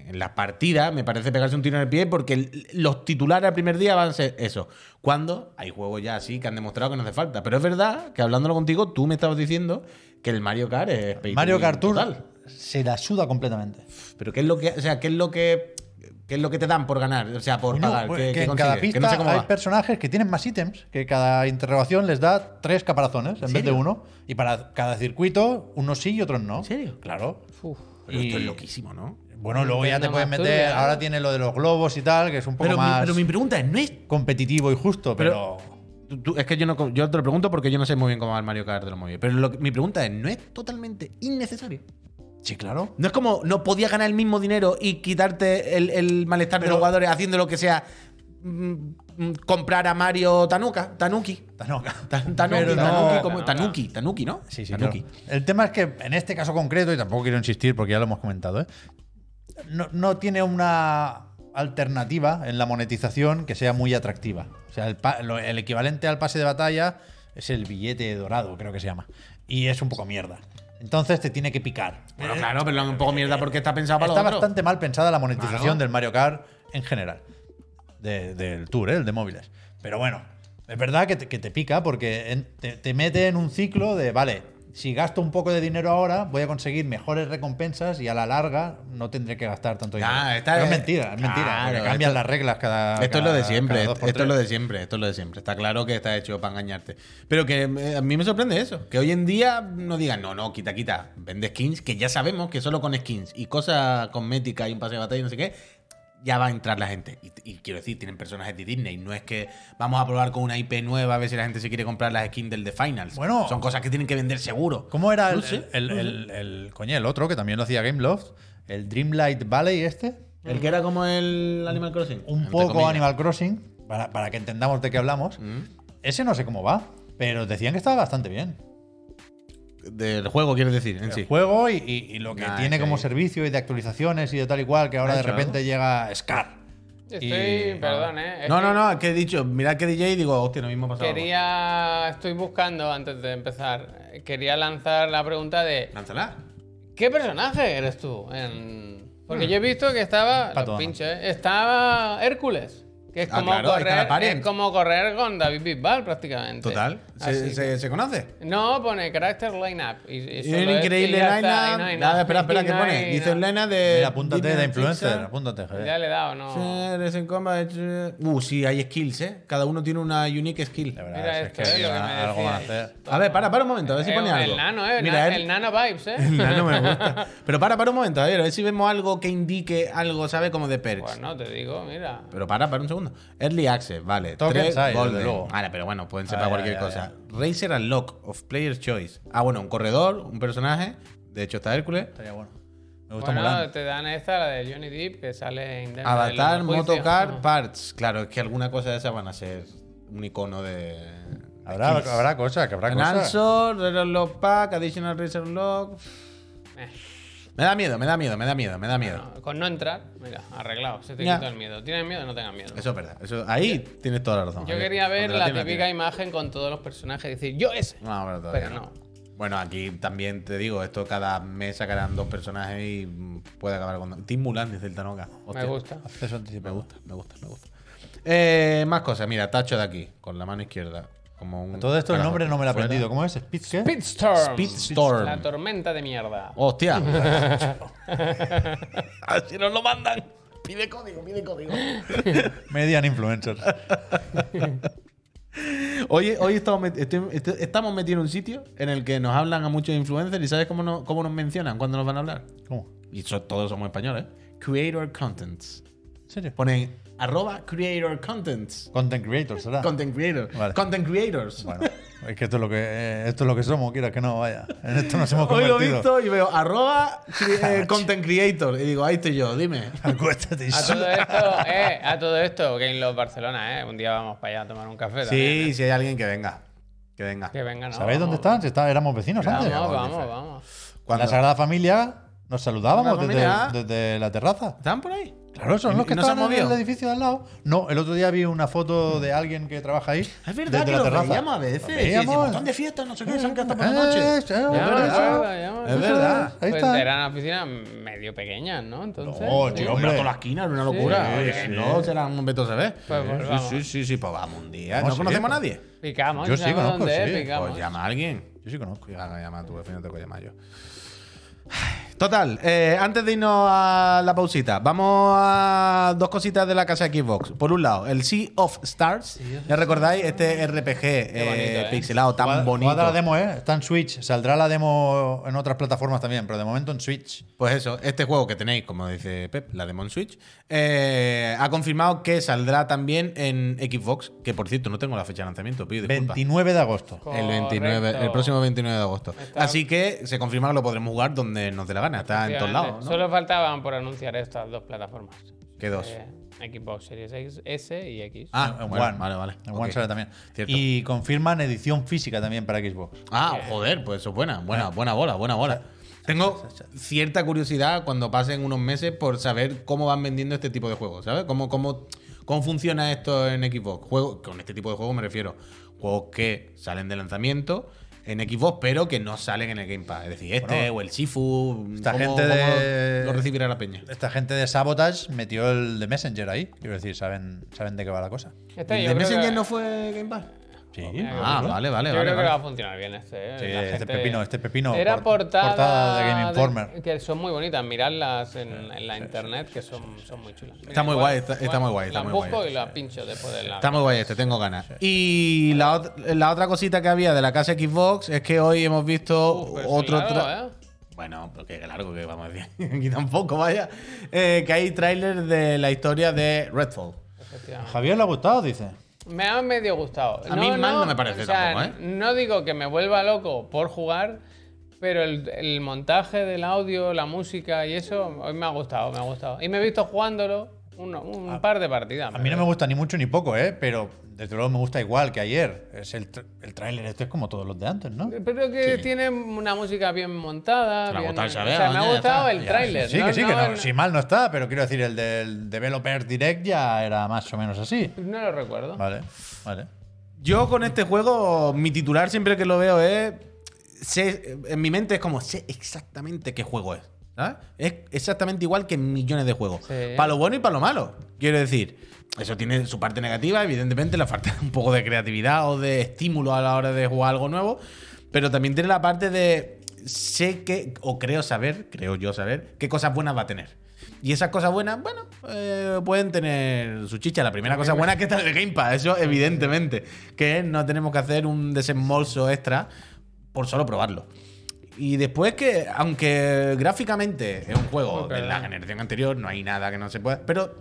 en las partidas, me parece pegarse un tiro en el pie porque el- los titulares al primer día van a ser eso. Cuando hay juegos ya así que han demostrado que no hace falta. Pero es verdad que hablándolo contigo, tú me estabas diciendo que el Mario Kart es pay to
Mario
win
Kart Tour
total.
Se la suda completamente.
Pero ¿qué es lo que, o sea, qué es lo que qué es lo que te dan por ganar? O sea, por
Coño,
pagar.
pues,
¿Qué-
que
qué
en cada
consigues?
pista
Que no sé cómo
hay
va.
personajes que tienen más ítems, que cada interrogación les da tres caparazones en vez de uno. Y para cada circuito, unos sí y otros no.
¿En serio?
Claro.
Uf.
Pero esto
Y-
es loquísimo, ¿no?
Bueno, luego ya
Nintendo
te puedes
más
meter.
turbia,
Ahora
¿no?
tiene lo de los globos y tal, que es un poco
Pero mi,
más
pero mi pregunta es, ¿no es
competitivo y justo,
Pero-
pero.
Tú- tú- es que yo no co- yo te lo pregunto porque yo no sé muy bien cómo va el Mario Kart de los móviles. Pero lo que- mi pregunta es, ¿no es totalmente innecesario?
sí, claro.
No es como no podías ganar el mismo dinero y quitarte el, el malestar de
Pero-
los jugadores haciendo lo que sea mm, mm, comprar a Mario Tanuka, Tanuki.
Tanoka.
Tan- Tanuki,
Pero no-
Tanuki, como-
Tanuka.
Tanuki, Tanuki, ¿no?
Sí, sí,
Tanuki.
claro. El tema es que en este caso concreto, y tampoco quiero insistir porque ya lo hemos comentado, ¿eh? no, no tiene una alternativa en la monetización que sea muy atractiva. O sea, el, pa- lo- el equivalente al pase de batalla es el billete dorado, creo que se llama. Y es un poco mierda. Entonces te tiene que picar.
Bueno, claro, pero es un poco mierda porque está pensado para
Está
los otros.
bastante mal pensada la monetización
Claro.
del Mario Kart en general. De- del tour, ¿eh? el de móviles. Pero bueno, es verdad que te, que te pica porque en- te, te mete en un ciclo de, vale, si gasto un poco de dinero ahora, voy a conseguir mejores recompensas y a la larga no tendré que gastar tanto dinero.
Ah, esta
Pero
es-
es mentira, es mentira.
claro,
porque cambian
esto-
las reglas cada.
Esto es lo de
cada-
siempre,
cada dos
esto
por
es
tres.
lo de siempre, esto es lo de siempre. Está claro que está hecho para engañarte. Pero que eh, a mí me sorprende eso, que hoy en día no digan, no, no, quita, quita, vende skins, que ya sabemos que solo con skins y cosas cosméticas y un pase de batalla y no sé qué, ya va a entrar la gente. Y, y quiero decir, tienen personajes de Disney, no es que vamos a probar con una IP nueva a ver si la gente se quiere comprar las skins del The Finals.
Bueno.
Son cosas que tienen que vender seguro.
¿Cómo era
No
el,
sé,
el, el- el- coño, el otro que también lo hacía Gameloft? El Dreamlight Valley este.
El que era como el Animal Crossing.
un
entre
poco
comillas. Mm.
Animal Crossing, para, para que entendamos de qué hablamos. Ese no sé cómo va, pero decían que estaba bastante bien.
Del juego, quieres decir, en
El
sí.
juego y, y- y lo que
Nah,
tiene
es
como
que- Ah,
servicio y de actualizaciones y de tal y cual, que ahora
¿Ha
de
hecho
repente llega Scar.
Estoy,
Y-
perdón, ¿eh? Es
No,
que
no, no, que he dicho, mirad que DJ y digo, hostia, lo mismo ha pasado.
Quería, estoy buscando antes de empezar, eh, quería lanzar la pregunta de
Lánzala.
¿qué personaje eres tú? En-
Hmm.
Porque yo he visto que estaba,
Pato
los
Donald.
pinches, eh, estaba Hércules, que es
Ah,
como
claro, ahí está la
correr,
pariente.
es como correr con David Bisbal prácticamente.
Total.
Eh, Así
¿Se, se- se conoce?
que- No, pone character lineup y, y
Es
solo
un
es-
increíble
y ya
line
está, y no hay nada.
Nada, espera, espera,
Y
¿qué
no
pone?
hay
Dice
nada.
line de. ¿eh?
Mira, apúntate
Disney
de influencer,
Pixar.
apúntate,
Ya
joder.
le he dado, no.
Seres en combat. Uh, sí, hay skills, ¿eh? Cada uno tiene una unique skill.
La verdad
Mira
es
esto,
que
es lo que me
algo van a
decíais.
hacer.
A ver, para, para un momento, a ver si
Eh,
pone algo.
El nano, eh,
Mira,
na-
él-
el nano vibes, eh.
El nano me gusta. Pero para, para un momento, a ver, a ver si vemos algo que indique algo, ¿sabes? Como de perks.
Pues no, te digo, mira.
Pero para, para un segundo. Early Access, vale.
Tokens
Tres
hay, desde
golden.
luego.
Vale, pero bueno, pueden ser
Ah,
para
ya,
cualquier
ya,
cosa. Racer Unlock of Player Choice. Ah, bueno, un corredor, un personaje. De hecho, está Hércules.
Estaría bueno. Me gusta
Bueno,
Mulan.
te dan esta, la de Johnny Depp, que sale en Dentro
Avatar,
del juicio.
Motocar, Parts. Claro, es que alguna cosa de esas van a ser un icono de.
Habrá, habrá cosas, que habrá cosas.
Enhancer, Racer Unlock Pack, Additional Racer Unlock.
Eh,
Me da miedo, me da miedo, me da miedo, me da miedo.
no, con no entrar, mira, arreglado, se te
Ya.
quita el miedo. ¿Tienes miedo? No tengas miedo.
Eso es verdad. Eso, ahí tienes toda la razón.
Yo
Ahí-
quería ver
donde
la
tienes,
típica
tienes.
imagen con todos los personajes, decir, yo ese.
No, pero todavía
Pero
no.
no.
Bueno, aquí también te digo, esto cada mes sacarán dos personajes y mm, puede acabar con. Tim Mulan dice el Tanoka. Hostia.
Me gusta.
Acceso
Me
anticipado.
gusta, me gusta, me gusta. Eh, más cosas, mira, tacho de aquí, con la mano izquierda. Como un
Todo esto el
carajo
nombre no me lo he
fuera.
aprendido. ¿Cómo es? ¿Speed qué?
Speedstorm.
Speedstorm. Oh,
La tormenta de mierda.
¡Hostia! A ver si nos lo mandan. Pide código, pide código.
Median Influencer.
Hoy, hoy estamos, met- estoy- estoy- estamos metidos en un sitio en el que nos hablan a muchos influencers y ¿sabes cómo, no- cómo nos mencionan cuando nos van a hablar?
¿Cómo?
Y so- todos somos españoles. Creator Contents.
¿En serio?
Ponen arroba creator contents.
Content creator será.
Content creator.
Vale.
Content creators.
Bueno, es que esto es lo que eh, esto es lo que somos, quieras que no, vaya. En esto nos hemos
Hoy lo
convertido.
he visto y veo arroba cre- eh, content creator. Y digo, ahí estoy yo, dime.
Acuéstate y
A
sube.
todo esto, eh, a todo esto, Game Love Barcelona, eh. Un día vamos para allá a tomar un café también.
Sí, si hay alguien que venga. Que venga.
Que venga, no.
¿Sabéis dónde
vamos.
están? Si está- éramos vecinos antes.
Vamos,
Vamos,
vamos, vamos.
Cuando
La Sagrada Familia nos saludábamos
Sagrada
desde,
Familia.
desde la terraza.
¿Están por ahí?
Claro, son
¿Y-
los que
y no se
están
han
en el
movido?
edificio de al lado. No, el otro día vi una foto de alguien que trabaja ahí.
Es verdad
desde
que
la
lo
terraza.
veíamos a veces.
Lo
y decíamos,
veíamos.
montón de fiestas, no sé qué, se han quedado por
Eh,
la noche.
eh, eh,
Ya me
pero eso-
acuerdo, ya me
Es
acuerdo.
verdad.
Ahí
Pues
está.
eran oficinas medio pequeñas, ¿no? Entonces.
No,
sí.
Hombre,
tío, hombre.
a toda la esquina, era una locura.
Sí,
Oye,
sí.
No, te la un veto se ve.
Pues, pues,
sí,
vamos.
sí, sí, sí, pues vamos un día.
Vamos,
no
sí,
conocemos a
pues.
nadie.
Picamos,
Yo
yo
sí,
sí,
conozco,
dónde es,
sí.
picamos.
Pues llama a alguien.
Yo sí conozco.
Cuidado, llama tú, al final tengo que llamar yo. Total, eh, antes de irnos a la pausita, vamos a dos cositas de la casa Xbox. Por un lado, el Sea of Stars. ¿Ya recordáis este RPG eh,
bonito, ¿eh?
pixelado tan
Jugad-
bonito?
jugad a la demo, ¿eh? Está en Switch. Saldrá la demo en otras plataformas también, pero de momento en Switch.
Pues eso, este juego que tenéis, como dice Pep, la demo en Switch, eh, ha confirmado que saldrá también en Xbox, que por cierto no tengo la fecha de lanzamiento, pido disculpas.
29 de agosto.
El, 29, el
Correcto.
próximo 29 de agosto.
Está-
Así que se confirma que lo podremos jugar donde nos dé la gana, está en todos lados. ¿no?
Solo faltaban por anunciar estas dos plataformas.
¿Qué dos?
Eh, Xbox Series X, S y X.
Ah,
En
bueno,
One.
vale, vale.
En
ok.
One sale también.
Cierto.
Y confirman edición física también para Xbox.
Ah, joder, pues eso es buena, buena, buena bola, buena bola. Tengo cierta curiosidad cuando pasen unos meses por saber cómo van vendiendo este tipo de juegos, ¿sabes? Cómo, cómo, cómo funciona esto en Xbox. Juego, con este tipo de juegos me refiero. Juegos que salen de lanzamiento en Xbox, pero que no salen en el Game Pass. Es decir, este
Bueno,
o el Sifu.
esta
¿cómo-
gente de-
cómo lo recibirá la peña.
Esta gente de Sabotage metió el de Messenger ahí. Quiero decir, saben, saben de qué va la cosa.
Este
¿El
yo
de
creo
Messenger
que-
no fue Game Pass?
Sí.
mira,
Ah, vale, vale,
Yo
vale.
creo
vale.
que va a funcionar bien este. eh.
Sí,
La
este
gente-
pepino, este pepino.
Era
por-
portada,
portada de Game Informer.
que son muy bonitas, miradlas en, en la internet, que son, son muy chulas.
Está muy guay, está- está muy guay, está
La
muy
busco
guay.
y la pincho después de la.
Está muy guay este, tengo ganas. Y la, ot- la otra cosita que había de la casa Xbox es que hoy hemos visto
Uf, pero es
otro.
largo,
tra-
¿eh?
Bueno, pero qué largo que vamos a decir. Aquí tampoco, vaya. Eh, que hay tráiler de la historia de Redfall.
Efectivamente.
Javier le ha gustado, dice.
Me ha medio gustado.
A mí mal no me parece tampoco, ¿eh?
No digo que me vuelva loco por jugar, pero el, el montaje del audio, la música y eso, hoy me ha gustado, me ha gustado. Y me he visto jugándolo uno- un
Ah,
par de partidas.
A mí no me gusta ni mucho ni poco, ¿eh? Pero desde luego me gusta igual que ayer. Es el, tr- el tráiler este es como todos los de antes, ¿no?
Pero que tiene una música bien montada.
Se la ha
bien-
gustado el saber,
o sea, me
coño,
ha
ya
gustado
está.
el
Ya,
tráiler.
Sí,
¿no?
que sí, que
No-
no, si mal no está, pero quiero decir, el del Developer Direct ya era más o menos así.
no lo recuerdo.
Vale, vale.
Yo con este juego, mi titular siempre que lo veo es. sé- en mi mente es como, sé exactamente qué juego es. ¿sabes? Es exactamente igual que en millones de juegos.
Sí.
Para lo bueno y para lo malo. Quiero decir, eso tiene su parte negativa, evidentemente, la falta un poco de creatividad o de estímulo a la hora de jugar algo nuevo. Pero también tiene la parte de. Sé que, o creo saber, creo yo saber, qué cosas buenas va a tener. Y esas cosas buenas, bueno, eh, pueden tener su chicha. La primera cosa buena es que está el Game Pass, eso evidentemente. Que no tenemos que hacer un desembolso extra por solo probarlo. Y después que, aunque gráficamente es un juego
Ok.
de la generación anterior, no hay nada que no se pueda. Pero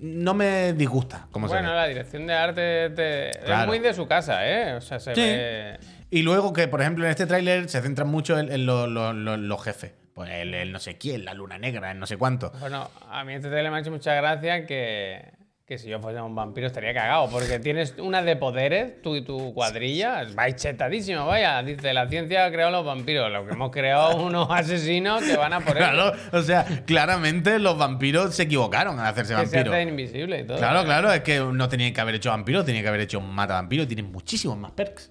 no me disgusta como se
Bueno,
ve.
la dirección de arte te- es
Claro.
muy de su casa, ¿eh? O sea, se
Sí.
ve.
Y luego que, por ejemplo, en este tráiler se centran mucho en, en lo- lo- lo- los jefes. Pues el, el no sé quién, la luna negra, el no sé cuánto.
Bueno, a mí este tele me ha hecho mucha gracia que, que si yo fuese un vampiro estaría cagado, porque tienes una de poderes, tú y tu cuadrilla, vais chetadísima, vaya. Dice, la ciencia ha creado los vampiros, lo que hemos creado unos asesinos que van a por él.
Claro, o sea, claramente los vampiros se equivocaron al hacerse
que se
vampiros.
hacen invisibles y todo.
Claro, claro, es que no tenían que haber hecho vampiros, tenían que haber hecho un mata vampiro, tienen muchísimos más perks.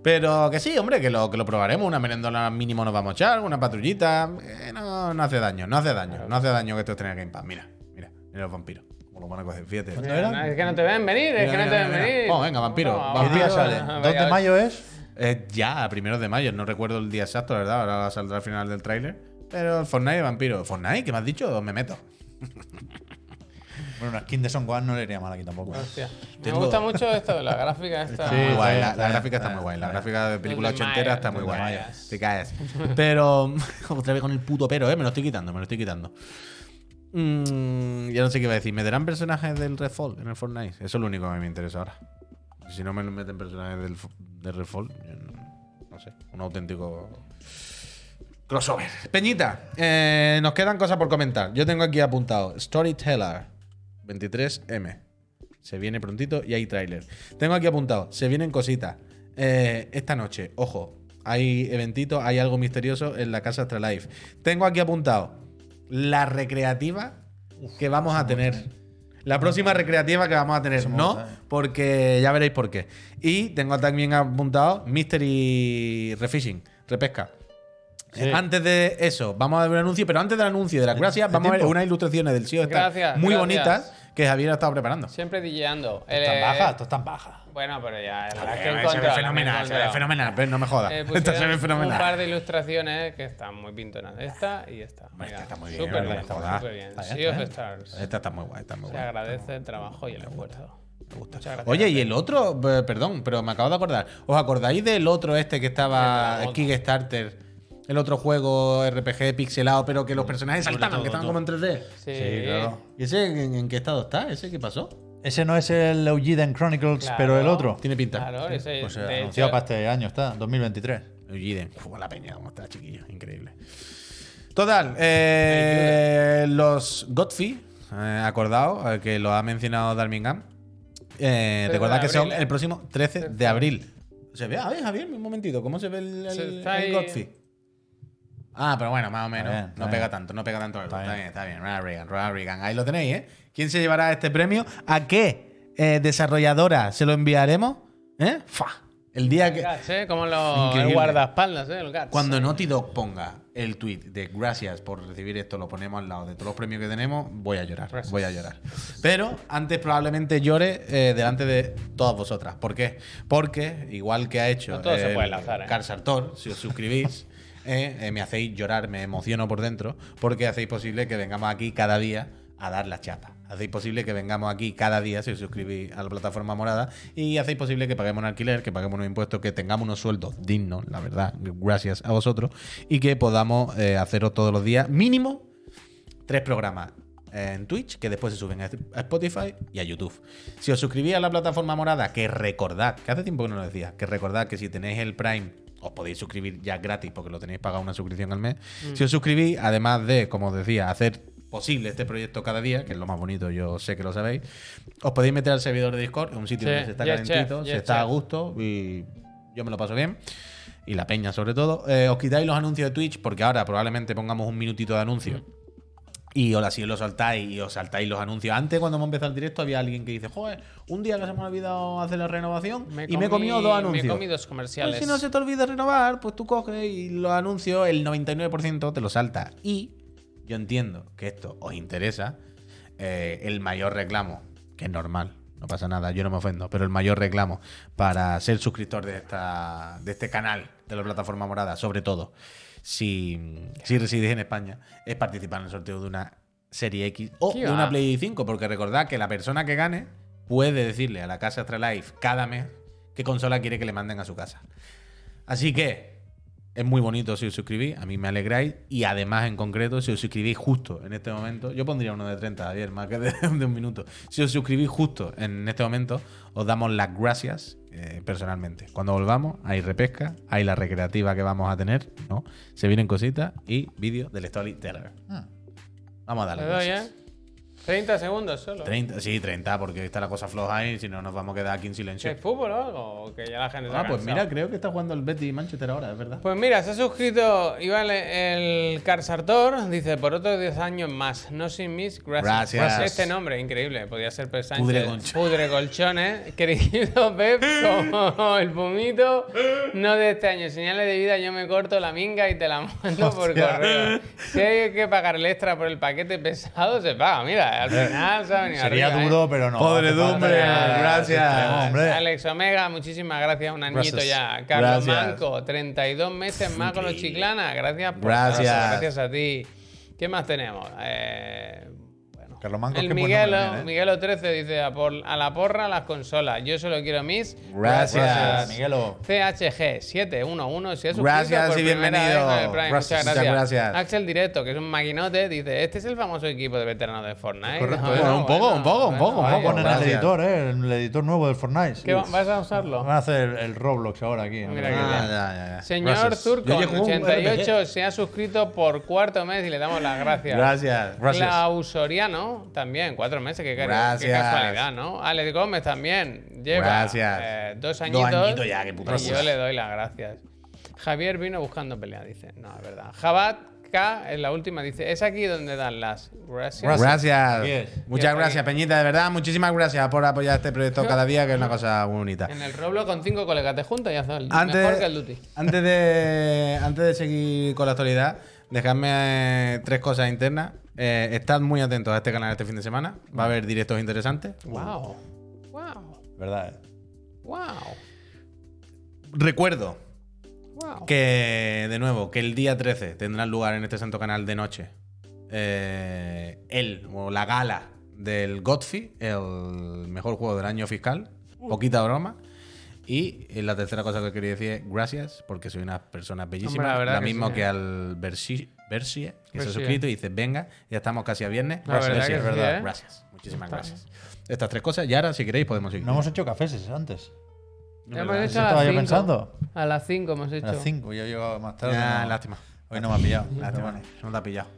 Pero que sí, hombre, que lo, que lo probaremos, una merendola mínimo nos vamos a echar, una patrullita, eh, no, no hace daño, no hace daño, no hace daño que esto tenga Game Pass. Mira, mira, mira los vampiros, como lo van a coger, fíjate.
No, no, es que no te ven venir,
Mira,
es que
mira,
no te
mira,
ven
mira.
venir.
Oh, venga, vampiro,
Vamos,
vampiro.
¿Qué día
Ah,
sale?
vaya,
2 de mayo es.
Eh, ya, a primeros de mayo, no recuerdo el día exacto, la verdad, ahora saldrá al final del tráiler. Pero Fortnite vampiro, Fortnite, ¿qué me has dicho? Me meto.
Bueno, una skin de Son Gohan no le iría mal aquí tampoco. ¿eh?
Hostia. Me
Tengo-
gusta mucho esto, la gráfica esta.
Sí,
Muy guay,
bien,
la, la
está bien,
gráfica
está
está
bien,
muy guay. La
está
gráfica de película
Los de
ochentera
Maya,
está muy
los de
guay.
Maya.
Te caes. Pero otra vez con el puto pero, ¿eh? Me lo estoy quitando, me lo estoy quitando. Mm, ya no sé qué iba a decir. ¿Me darán personajes del Redfall en el Fortnite? Eso es lo único que me interesa ahora. Si no me meten personajes del, F- del Redfall, yo no, no sé. Un auténtico crossover. Peñita, eh, nos quedan cosas por comentar. Yo tengo aquí apuntado Storyteller 23M. Se viene prontito y hay tráiler. Tengo aquí apuntado, se vienen cositas. Eh, esta noche, ojo, hay eventitos, hay algo misterioso en la casa Astralife. Tengo aquí apuntado la recreativa que vamos a tener. La próxima recreativa que vamos a tener.
me
No,
gusta, eh.
porque ya veréis por qué. Y tengo también apuntado Mystery Refishing, repesca.
Sí.
Eh, Antes de eso, vamos a ver un anuncio, pero antes del anuncio de las gracias,
de
vamos a ver
tiempo.
unas ilustraciones del CEO estas
Gracias,
muy
gracias.
bonitas que Javier ha estado preparando.
Siempre DJando.
Esto
Eh,
es tan baja, esto es tan baja.
Bueno, pero ya. La
Eh,
que he
se ve
encontrado, la que he
fenomenal, se ve
encontrado.
fenomenal, pero no me jodas.
Eh,
Esta se
pusieron
ve
Un par
fenomenal.
de ilustraciones que están muy pintonas. Esta y esta.
Hombre, esta está muy bien,
Súper
no
bien,
me jodas.
súper bien.
Está bien,
Sea of
está bien.
Stars.
Esta está muy guay, está muy
Se
guay.
agradece el trabajo y el esfuerzo. Muchas gracias.
Oye, y el otro, eh, perdón, pero me acabo de acordar. ¿Os acordáis del otro este que estaba
El dragón.
Kickstarter? El otro juego RPG pixelado, pero
Mm.
que los personajes
Sobre
saltaban,
todo,
que estaban como en 3D.
Sí,
¿Y ese en, en qué estado está? ¿Ese qué pasó?
Ese no es el Eugiden Chronicles,
Claro.
pero el otro.
Tiene pinta.
Claro, ese,
Pues eh,
de
anunciado
hecho,
para este año está, 2023.
Eugiden. Uf, la peña, cómo está, chiquillo. Increíble. Total, eh, los Godfrey, eh, acordado, eh, que lo ha mencionado Darmingham. Eh,
de
recordad que son
abril, ¿eh?
el próximo 13 de abril. Se ve, a ver, Javier, un momentito, ¿cómo se ve el,
Se
el-
está
el
ahí.
Godfrey? Ah, pero bueno, más o menos.
bien, está
no
bien.
pega tanto, no pega tanto. Está,
bien.
bien, está bien. Ronald Reagan, Ronald Reagan. Ahí lo tenéis, ¿eh? ¿Quién se llevará este premio? ¿A qué eh, desarrolladora se lo enviaremos? ¿Eh? ¡Fa! El día que.
Gats, ¿eh? Como los
Increíble.
el guardaespaldas, ¿eh? El Gats.
Cuando Naughty Dog ponga el tweet de gracias por recibir esto, lo ponemos al lado de todos los premios que tenemos, voy a llorar.
Gracias.
Voy a llorar. Pero antes probablemente llore eh, delante de todas vosotras. ¿Por qué? Porque, igual que ha hecho
No todo se
el
puede lanzar, ¿eh?
Carl Sartor, si os suscribís, eh, eh, me hacéis llorar, me emociono por dentro, porque hacéis posible que vengamos aquí cada día a dar la chapa. Hacéis posible que vengamos aquí cada día si os suscribís a la plataforma morada y hacéis posible que paguemos un alquiler, que paguemos unos impuestos, que tengamos unos sueldos dignos, la verdad, gracias a vosotros, y que podamos eh, haceros todos los días mínimo tres programas en Twitch que después se suben a Spotify y a YouTube. Si os suscribís a la plataforma morada, que recordad, que hace tiempo que no lo decía, que recordad que si tenéis el Prime os podéis suscribir ya gratis porque lo tenéis pagado una suscripción al mes.
Mm.
Si os suscribís, además de, como os decía, hacer posible este proyecto cada día, que es lo más bonito, yo sé que lo sabéis, os podéis meter al servidor de Discord, es un sitio
Sí,
donde se está
yes,
calentito,
chef,
se
yes,
está a
chef.
gusto y yo me lo paso bien y la peña sobre todo, eh, os quitáis los anuncios de Twitch porque ahora probablemente pongamos un minutito de anuncio. Y hola, si lo saltáis y os saltáis los anuncios. Antes, cuando hemos empezado el directo, había alguien que dice, joder, un día que se me ha olvidado hacer la renovación y me he comido dos anuncios.
Me he comido dos comerciales.
Pues si no se te olvida renovar, pues tú coges y los anuncios, el 99% te lo salta. Y yo entiendo que esto os interesa. eh, el mayor reclamo, que es normal, no pasa nada, yo no me ofendo, pero el mayor reclamo para ser suscriptor de, esta, de este canal, de la plataforma morada, sobre todo, si, si residís en España, es participar en el sorteo de una Serie X o
¿Qué
de
va?
una Play 5, porque recordad que la persona que gane puede decirle a la casa Astralife cada mes qué consola quiere que le manden a su casa. Así que es muy bonito si os suscribís, a mí me alegráis. Y además, en concreto, si os suscribís justo en este momento, yo pondría uno de 30, Javier, más que de, de un minuto. Si os suscribís justo en este momento, os damos las gracias eh, personalmente. Cuando volvamos, hay repesca, hay la recreativa que vamos a tener, ¿no? Se vienen cositas y vídeos del Storyteller.
Ah.
Vamos a darle.
Le doy,
gracias.
¿eh? 30 segundos solo.
30, sí, 30, porque está la cosa floja y si no nos vamos a quedar aquí en
¿Que
silencio.
¿Es fútbol o algo? ¿O que ya la gente se ha
Ah, pues
cansado?
mira, creo que está jugando el Betty Manchester ahora, es verdad.
Pues mira, se ha suscrito Iván el Carsartor, dice, por otros 10 años más, no sin mis, gracias.
Gracias.
Este nombre, increíble, podía ser Pep Sánchez.
Pudre colchones.
Pudre colchones, querido Pep, como el pumito, no de este año, señales de vida, yo me corto la minga y te la mando por
Hostia.
correo. Si hay que pagar el extra por el paquete pesado, se paga, mira,
Eh,
al final se ha venido
Sería
arriba, ¿eh?
duro, pero no.
Podredumbre,
hace falta.
gracias.
Hombre.
Alex Omega, muchísimas gracias, un añito
Gracias.
ya. Carlos
Gracias.
Manco, 32 meses más con los chiclana. Gracias por
Gracias.
eso, gracias a ti. ¿Qué más tenemos? Eh, bueno.
Carlos Manco,
el
qué buen
Miguelo,
nombre tiene, ¿eh?
Miguelo 13 dice a, por- a la porra las consolas. Yo solo quiero mis.
Gracias.
Gracias, Miguelo.
CHG 711 se ha suscrito
Gracias
por
y
primera
bienvenido.
vez con el Prime.
Gracias,
Muchas gracias.
muchas gracias.
Axel Directo, que es un maquinote, dice, este es el famoso equipo de veteranos de Fortnite.
Correcto,
Bueno,
Bueno, ¿eh? un poco,
bueno,
un poco, un
bueno,
poco, un
Ahora
vaya.
poco.
ponen al
Gracias.
editor, ¿eh? El editor nuevo del Fortnite.
¿Qué va- ¿Vas a usarlo?
Van a hacer el Roblox ahora aquí. ¿no?
Mira
Ah,
que
ya,
bien.
ya, ya.
Señor
Gracias. Yo llego a un
Turco88
RPG.
se ha suscrito por cuarto mes y le damos las gracias.
Gracias.
Clausoriano también, cuatro meses, qué, cari- qué
Gracias.
casualidad, ¿no? Alex Gómez también lleva
Gracias.
eh, dos
Dos
añitos.
añitos ya, qué puto
y yo
locura.
le doy las gracias. Javier vino buscando pelea, dice. No, es verdad. Jabat, K es la última. Dice, es aquí donde dan las gracias.
Gracias.
Gracias.
Aquí es.
Muchas
Aquí.
gracias, Peñita, de verdad. Muchísimas gracias por apoyar este proyecto cada día, que es una cosa muy bonita.
En el Roblo con cinco colegas te juntas y haces el- mejor que el Duty.
Antes, antes, de, antes de seguir con la actualidad, dejadme eh, tres cosas internas. Eh, estad muy atentos a este canal este fin de semana. Va a haber directos interesantes.
Wow. Wow.
¿Verdad? eh?
Wow.
Recuerdo
Wow.
que, de nuevo, que el día 13 tendrá lugar en este santo canal de noche eh, el o la gala del Godfi, el mejor juego del año fiscal. Poquita broma. Y eh, la tercera cosa que quería decir es gracias, porque soy una persona bellísima.
Hombre, la
la
verdad que
mismo
sí.
que al Versi, Versie, que se ha
Versie.
suscrito y dice, venga, ya estamos casi a viernes.
La verdad
Versie,
que
es
sí, ¿eh?
Gracias. Muchísimas gracias. Estas tres cosas. Y ahora, si queréis, podemos seguir.
No hemos hecho cafés antes.
Hemos hecho
Eso
a las
estaba yo
cinco.
pensando.
A las 5 hemos
A
hecho.
las 5, yo he llegado más tarde.
Ah,
no-
lástima.
Hoy no me ha pillado.
Lástima,
Lástima.
no te ha pillado.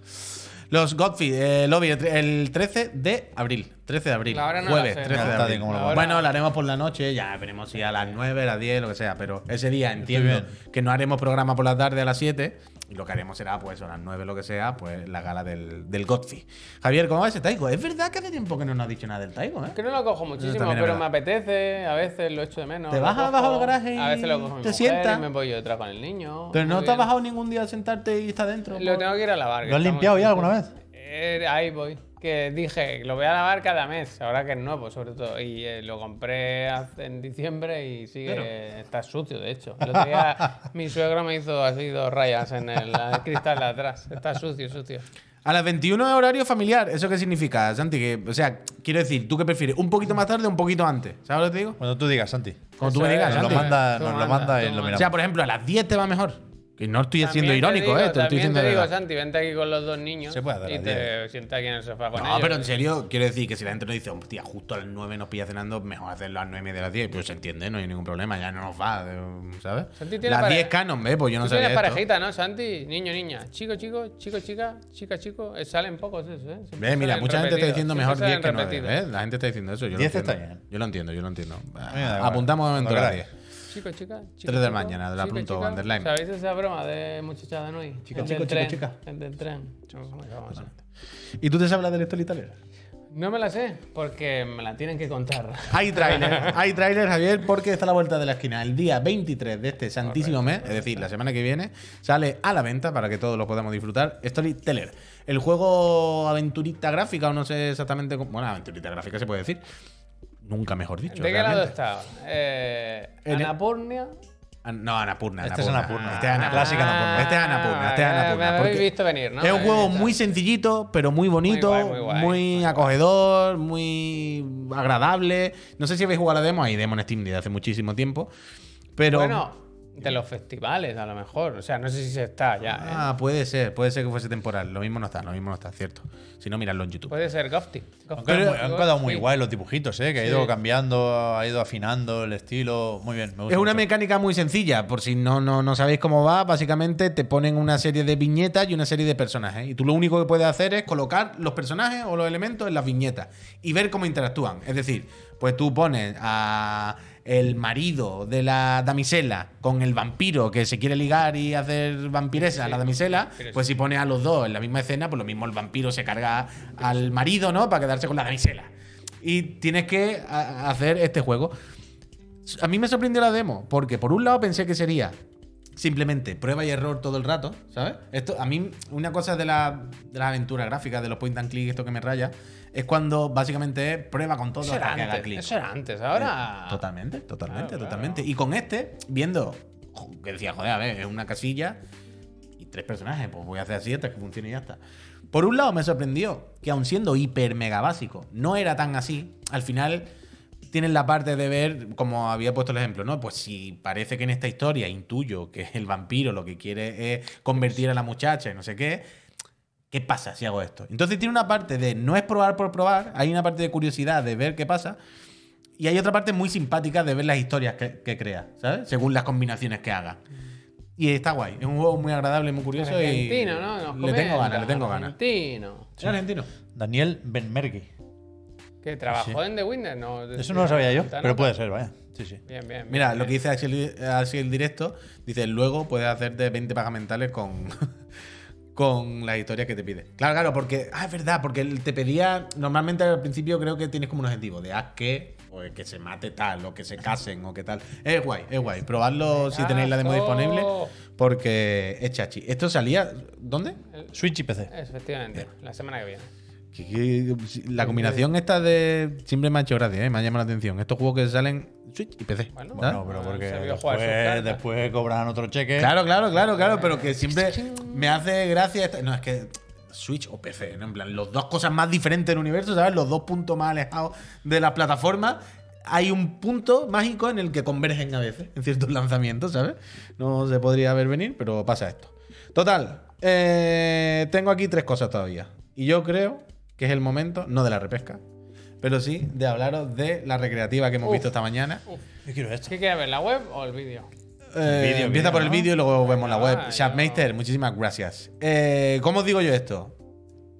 Los Godfrey, eh, Lobby, el tre- el 13 de abril. 13 de abril.
La hora no la
jueves,
sé,
13 de
¿no?
abril.
Como lo
pongo.
Bueno, lo haremos por la noche, ya veremos si a las 9, a las 10, lo que sea. Pero ese día entiendo
bien.
que no haremos programa por la tarde a las 7. Y lo que haremos será, pues, a las 9, lo que sea, pues, la gala del, del Godfrey. Javier, ¿cómo va ese Taigo? Es verdad que hace tiempo que no nos has dicho nada del Taigo, ¿eh?
Que no lo cojo muchísimo,
También es
pero
verdad.
me apetece, a veces lo echo de menos.
Te
lo
vas
cojo,
abajo del garaje y
A veces lo cojo mi
te
mujer
sientas.
y me voy yo detrás con el niño.
Pero no
Muy
te has
bien.
bajado ningún día a sentarte y está dentro.
Lo
por-
tengo que ir a lavar. que
¿Lo
está
has
muy
limpiado ya
sucio.
alguna vez?
Eh, ahí voy. Que dije, lo voy a lavar cada mes, ahora que es nuevo, sobre todo. Y eh, lo compré hace- en diciembre y sigue. Está sucio, de hecho. El otro día mi suegro me hizo así dos rayas en el, el cristal de atrás. Está sucio, sucio.
A las 21 es horario familiar. ¿Eso qué significa, Santi? Que, o sea, quiero decir, ¿tú qué prefieres? ¿Un poquito más tarde o un poquito antes? ¿Sabes lo que te digo?
Cuando tú digas, Santi.
Como tú
Eso
me digas,
es,
Santi. ¿eh?
Santi.
Nos lo manda,
Tú
nos lo
manda,
manda y
tú
lo
manda.
O
miramos.
sea, por ejemplo, a las 10 te va mejor. Que no estoy siendo
También te
irónico,
digo,
¿eh? Te lo estoy
también
diciendo
te
de
digo,
verdad.
Santi, vente aquí con los dos niños
Se puede hacer
y
a
te sientas aquí en el sofá con
No,
ellos.
pero en serio, quiero decir que si la gente nos dice, hostia, justo a las 9 nos pilla cenando, mejor hacerlo a las 9 y media de las 10. Pues se entiende, no hay ningún problema, ya no nos va, eh, ¿sabes?
Santi tiene
Las
pare-
10 canon, ¿ves? Pues yo no
Tú
sabía
tienes
esto.
parejita, ¿no, Santi? Niño, niña. Chico, chico, chico, chica, chica, chico. Eh, salen pocos eso, ¿eh? Siempre
Ve, mira,
salen
mucha gente está
repetidos,
diciendo
siempre
mejor 10
salen
que ¿eh? 9.
repetidos.
¿ves? La gente está diciendo eso. Yo
10
lo entiendo.
está bien.
Yo lo entiendo, yo lo entiendo.
me da igual.
Apuntamos de momento
Lo
a las
verás.
10.
Chico, chica, chico.
Tres de la
chico,
mañana, de la
chica,
Plunto
chica.
Underline.
¿Sabéis esa broma de muchachada Nui?
Chica,
El
chico,
del
chico,
tren,
chica.
El del tren. Vamos a ver.
¿Y tú te sabes la del historia italiana?
No me la sé porque me la tienen que contar.
Hay tráiler, hay tráiler, Javier, porque está a la vuelta de la esquina. El día 23 de este santísimo mes, es decir, la semana que viene, sale a la venta para que todos lo podamos disfrutar. Storyteller, el juego aventurita gráfica, o no sé exactamente cómo. Bueno, aventurita gráfica se puede decir. Nunca mejor dicho.
¿De qué lado
realmente.
está? Eh,
En el-
Anapurnia.
Ah, No, Anapurna.
Este es Annapurna.
Este es Anapurna.
Clásica Annapurna.
Este es Anapurna. Este es
Ah,
Annapurna,
me habéis
porque
visto venir, ¿no?
Es
Me
un
habéis
juego
visto.
muy sencillito, pero muy bonito,
Muy
muy,
guay, muy guay, muy guay.
acogedor, muy agradable. No sé si habéis jugado a la demo, hay demo en Steam desde hace muchísimo tiempo. Pero.
Bueno, de los festivales, a lo mejor. O sea, no sé si se está ya. ¿eh?
Ah, puede ser, puede ser que fuese temporal. Lo mismo no está, lo mismo no está, cierto. Si no, miradlo en YouTube.
Puede ser Gofty.
Han quedado, muy,
eh,
han quedado muy guay los dibujitos, ¿eh? Que ha ido cambiando, ha ido afinando el estilo. Muy bien, me gusta.
Es una
mucho.
mecánica muy sencilla, por si no, no, no sabéis cómo va, básicamente te ponen una serie de viñetas y una serie de personajes. ¿eh? Y tú lo único que puedes hacer es colocar los personajes o los elementos en las viñetas y ver cómo interactúan. Es decir, pues tú pones a el marido de la damisela con el vampiro que se quiere ligar y hacer vampiresa a la damisela,
Pero sí.
pues si pones a los dos en la misma escena, pues lo mismo el vampiro se carga al marido, ¿no? Para quedarse con la damisela. Y tienes que a- hacer este juego. A mí me sorprendió la demo, porque por un lado pensé que sería simplemente prueba y error todo el rato, ¿sabes? Esto, a mí, una cosa de la, de la aventura gráfica, de los point and click, esto que me raya, es cuando básicamente es prueba con todo
Eso
hasta
era
que haga
antes.
clic.
Eso era antes. Pues Ahora.
Eh, Totalmente, totalmente,
Claro, claro.
totalmente. Y con este, viendo, jo, que decía, joder, a ver, es una casilla y tres personajes, pues voy a hacer así hasta que funcione y ya está. Por un lado me sorprendió que aun siendo hiper mega básico, no era tan así, al final tienen la parte de ver, como había puesto el ejemplo, ¿no? Pues si parece que en esta historia intuyo que el vampiro lo que quiere es convertir a la muchacha y no sé qué, ¿qué pasa si hago esto? Entonces tiene una parte de no es probar por probar, hay una parte de curiosidad de ver qué pasa, y hay otra parte muy simpática de ver las historias que, que crea, ¿sabes? Según las combinaciones que haga. Y está guay, es un juego muy agradable, muy curioso. y-
Argentino, ¿no? Nos
le tengo
comenta,
ganas, le tengo ganas.
Argentino.
¿Es argentino?
Daniel
Eh,
Benmergui.
Que trabajó en The Winner. No,
Eso no lo sabía
eh,
yo,
Tanta
pero
nota.
puede ser, vaya. Sí, sí.
Bien, bien. bien,
Mira, lo
bien.
que dice así el directo, dice, luego puedes hacerte 20 pagas mentales con, con las historias que te pide. Claro, claro, porque. Ah, es verdad, porque él te pedía. Normalmente al principio creo que tienes como un objetivo de haz que. O que se mate tal, o que se casen, o que tal. Es guay, es guay. Probadlo si tenéis la demo
Pedazo.
disponible, porque es chachi. ¿Esto salía dónde?
Switch y
¿Eh?
PC.
Efectivamente, la semana que viene.
Que- que-
Eh,
La combinación esta de. Siempre me ha hecho gracia, ¿eh? me ha llamado la atención. Estos juegos que salen Switch y PC.
Bueno,
¿sabes?
Bueno, pero
Ah,
porque
se vio jugar sus
después,
cartas.
después cobran otro cheque.
Claro, claro, claro, claro, pero que siempre me hace gracia. esta- No, es que Switch o PC, ¿no? En plan, los dos cosas más diferentes del universo, ¿sabes? Los dos puntos más alejados de las plataformas. Hay un punto mágico en el que convergen a veces en ciertos lanzamientos, ¿sabes? No se podría ver venir, pero pasa esto. Total, eh, tengo aquí tres cosas todavía. Y yo creo que es el momento, no de la repesca, pero sí de hablaros de la recreativa que hemos
Uf.
visto esta mañana.
Yo quiero este. esto.
¿Qué quieres ver, la web o el vídeo?
Eh,
Vídeo,
empieza
vídeo,
por el
¿no?
vídeo y luego vemos la
Ah,
web.
yo-
Shapmeister, muchísimas gracias. Eh, ¿Cómo os digo yo esto?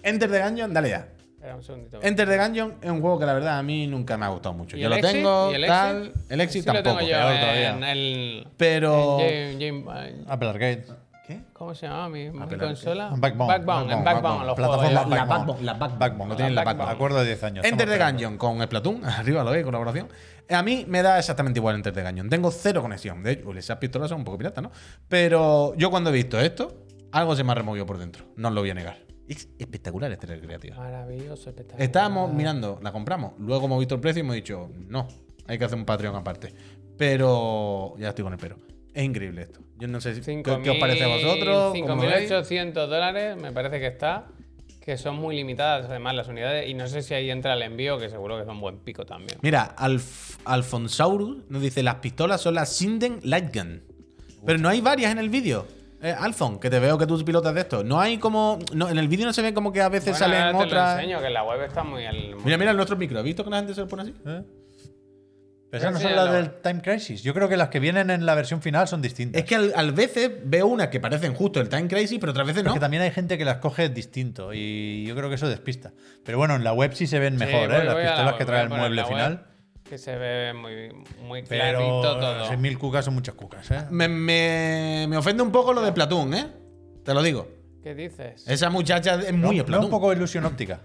Enter the Gungeon, dale ya.
Espera un segundito.
Enter the Gungeon es un juego que la verdad a mí nunca me ha gustado mucho.
¿Y
Yo
el
lo
Exit?
tengo,
¿Y el
tal. El
Sí
Exit
lo
tampoco,
tengo yo
peor
en
todavía.
el...
Pero.
en Game- Game-
Apple Arcade.
¿Qué?
¿Cómo se llama mi, mi
Apple
consola?
Arcade. Backbone.
Backbone, en
Backbone,
Backbone, los juegos.
Plataforma
yo.
La
Backbone.
Backbone, la Backbone. No
Backbone.
tienen la
La Backbone.
Backbone.
Acuerdo de 10 años.
Enter the
estamos esperando.
Gungeon con Splatoon, arriba lo veis, colaboración. Eh, A mí me da exactamente igual Enter the Gungeon. Tengo cero conexión. De hecho, esas pistolas son un poco piratas, ¿no? Pero yo cuando he visto esto, algo se me ha removido por dentro. No os lo voy a negar. Es espectacular este esta recreativa.
Maravilloso, este espectacular.
Estábamos mirando, la compramos. Luego hemos visto el precio y hemos dicho, no, hay que hacer un Patreon aparte. Pero ya estoy con el pero. Es increíble esto. Yo no sé si, ¿qué, qué os parece a vosotros. ¿Cómo lo veis?
5.800 dólares me parece que está, que son muy limitadas además las unidades y no sé si ahí entra el envío, que seguro que es un buen pico también.
Mira, Alf- Alfonsaurus nos dice: las pistolas son las Sinden Light Gun. Pero no hay varias en el vídeo. Eh, Alfon, que te veo que tú pilotas de esto. No hay como. no, en el vídeo no se ve como que a veces
Bueno, ahora
salen
te lo
otras.
enseño, que en la web está muy... al-
Mira, mira el nuestro micro. ¿Has visto que la gente se lo pone así?
¿Eh? Pero esas no
Sí,
son
no.
las del Time Crisis. Yo creo que las que vienen en la versión final son distintas.
Es que al- a veces veo unas que parecen justo el Time Crisis, pero otras veces
Pero
no.
es que también hay gente que las coge distinto y yo creo que eso despista. Pero bueno, en la web sí se ven
Sí,
mejor,
voy-
¿eh? Las
voy a la
pistolas que
web,
trae el
voy a poner
mueble
la
final.
web, Que se ve muy, muy
Pero
clarito todo.
6.000 cucas son muchas cucas, ¿eh?
Me, me- me ofende un poco lo de Platón, ¿eh? Te lo digo.
¿Qué dices?
Esa muchacha es muy
no, no
Splatoon.
un poco ilusión óptica.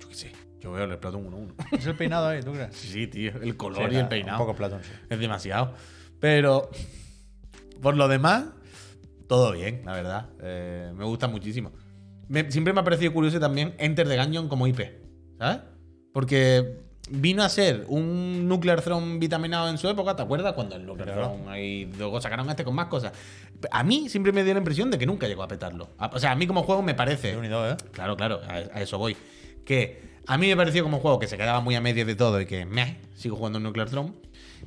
Yo qué sé. Yo veo el Platón 1-1.
Es el peinado ahí, ¿tú crees?
Sí, tío. El
Sí,
color y
era
el peinado.
Un poco Platón, sí.
Es demasiado. Pero por lo demás, todo bien, la verdad. Eh, me gusta muchísimo. Me- siempre me ha parecido curioso también Enter the Gungeon como IP, ¿sabes? Porque vino a ser un Nuclear Throne vitaminado en su época, ¿te acuerdas? Cuando el Nuclear
Claro.
Throne ahí luego sacaron este con más cosas. A mí siempre me dio la impresión de que nunca llegó a petarlo. A- O sea, a mí como juego me parece.
De unido, ¿eh?
Claro, claro, a, a eso voy. Que a mí me pareció como un juego que se quedaba muy a medias de todo y que meh, sigo jugando en Nuclear Throne.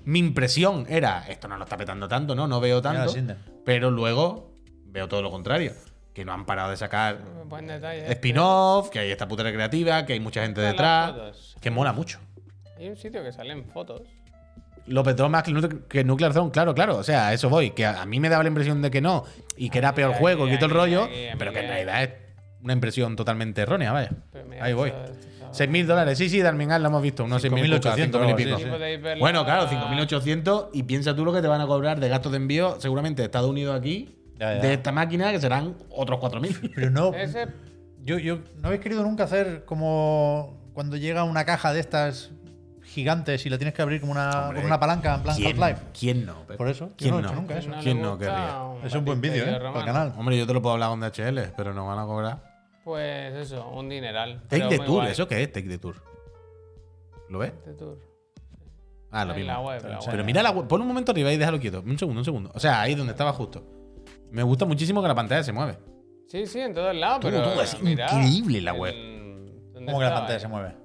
Mi impresión era, esto no lo está petando tanto, ¿no? No veo
Mira,
tanto.
Sinden.
Pero luego veo todo lo contrario. Que no han parado de sacar
Buen detalle. este.
spin-off, que hay esta puta recreativa, que hay mucha gente
Están
detrás.
las fotos.
Que mola mucho.
Hay un sitio que salen fotos.
Lo petó más que Nuc- que Nuclear Throne, claro, claro. O sea, a eso voy. Que a a mí me daba la impresión de que no y que era
Aquí,
peor
aquí,
juego y todo el
aquí,
rollo.
aquí, aquí,
Pero que en
aquí.
realidad es una impresión totalmente errónea, vaya.
Pero mira,
Ahí voy.
esto- esto-
6.000 dólares. Sí, sí, Darmingal lo hemos visto. Unos 6.000 cucas,
5.800
5.000 y
o algo
pico.
así,
Sí, podéis ver
Bueno,
la-
claro, 5.800 y piensa tú lo que te van a cobrar de gastos de envío seguramente de Estados Unidos aquí,
Ya, ya.
de esta máquina, que serán otros 4.000.
Pero no.
Ese
Yo, yo no habéis querido nunca hacer como cuando llega una caja de estas gigantes y la tienes que abrir como una,
Hombre,
con una palanca en plan
¿Quién,
Half-Life.
quién no? Pep?
Por eso, yo
¿Quién
no
no?
lo he hecho nunca eso.
le
¿Quién no
gusta
querría?
un
Es un buen vídeo,
batisterio
¿eh? Para el
romano.
canal.
Hombre, yo te lo puedo hablar con DHL, pero nos van a cobrar.
Pues eso, un dineral.
Take
pero
the
muy
Tour,
guay.
¿eso qué es? Take the Tour. ¿Lo ves?
Take the tour.
Ah, lo
En la
mismo.
web, la
Pero
web.
mira la web. Pon un momento arriba y déjalo quieto. Un segundo, un segundo. O sea, ahí donde estaba justo. Me gusta muchísimo que la pantalla se mueve.
Sí, sí, en todos lados,
Tú,
pero.
tú, es
mira,
increíble la web.
en- ¿dónde
Como que la
estaba?
pantalla se mueve.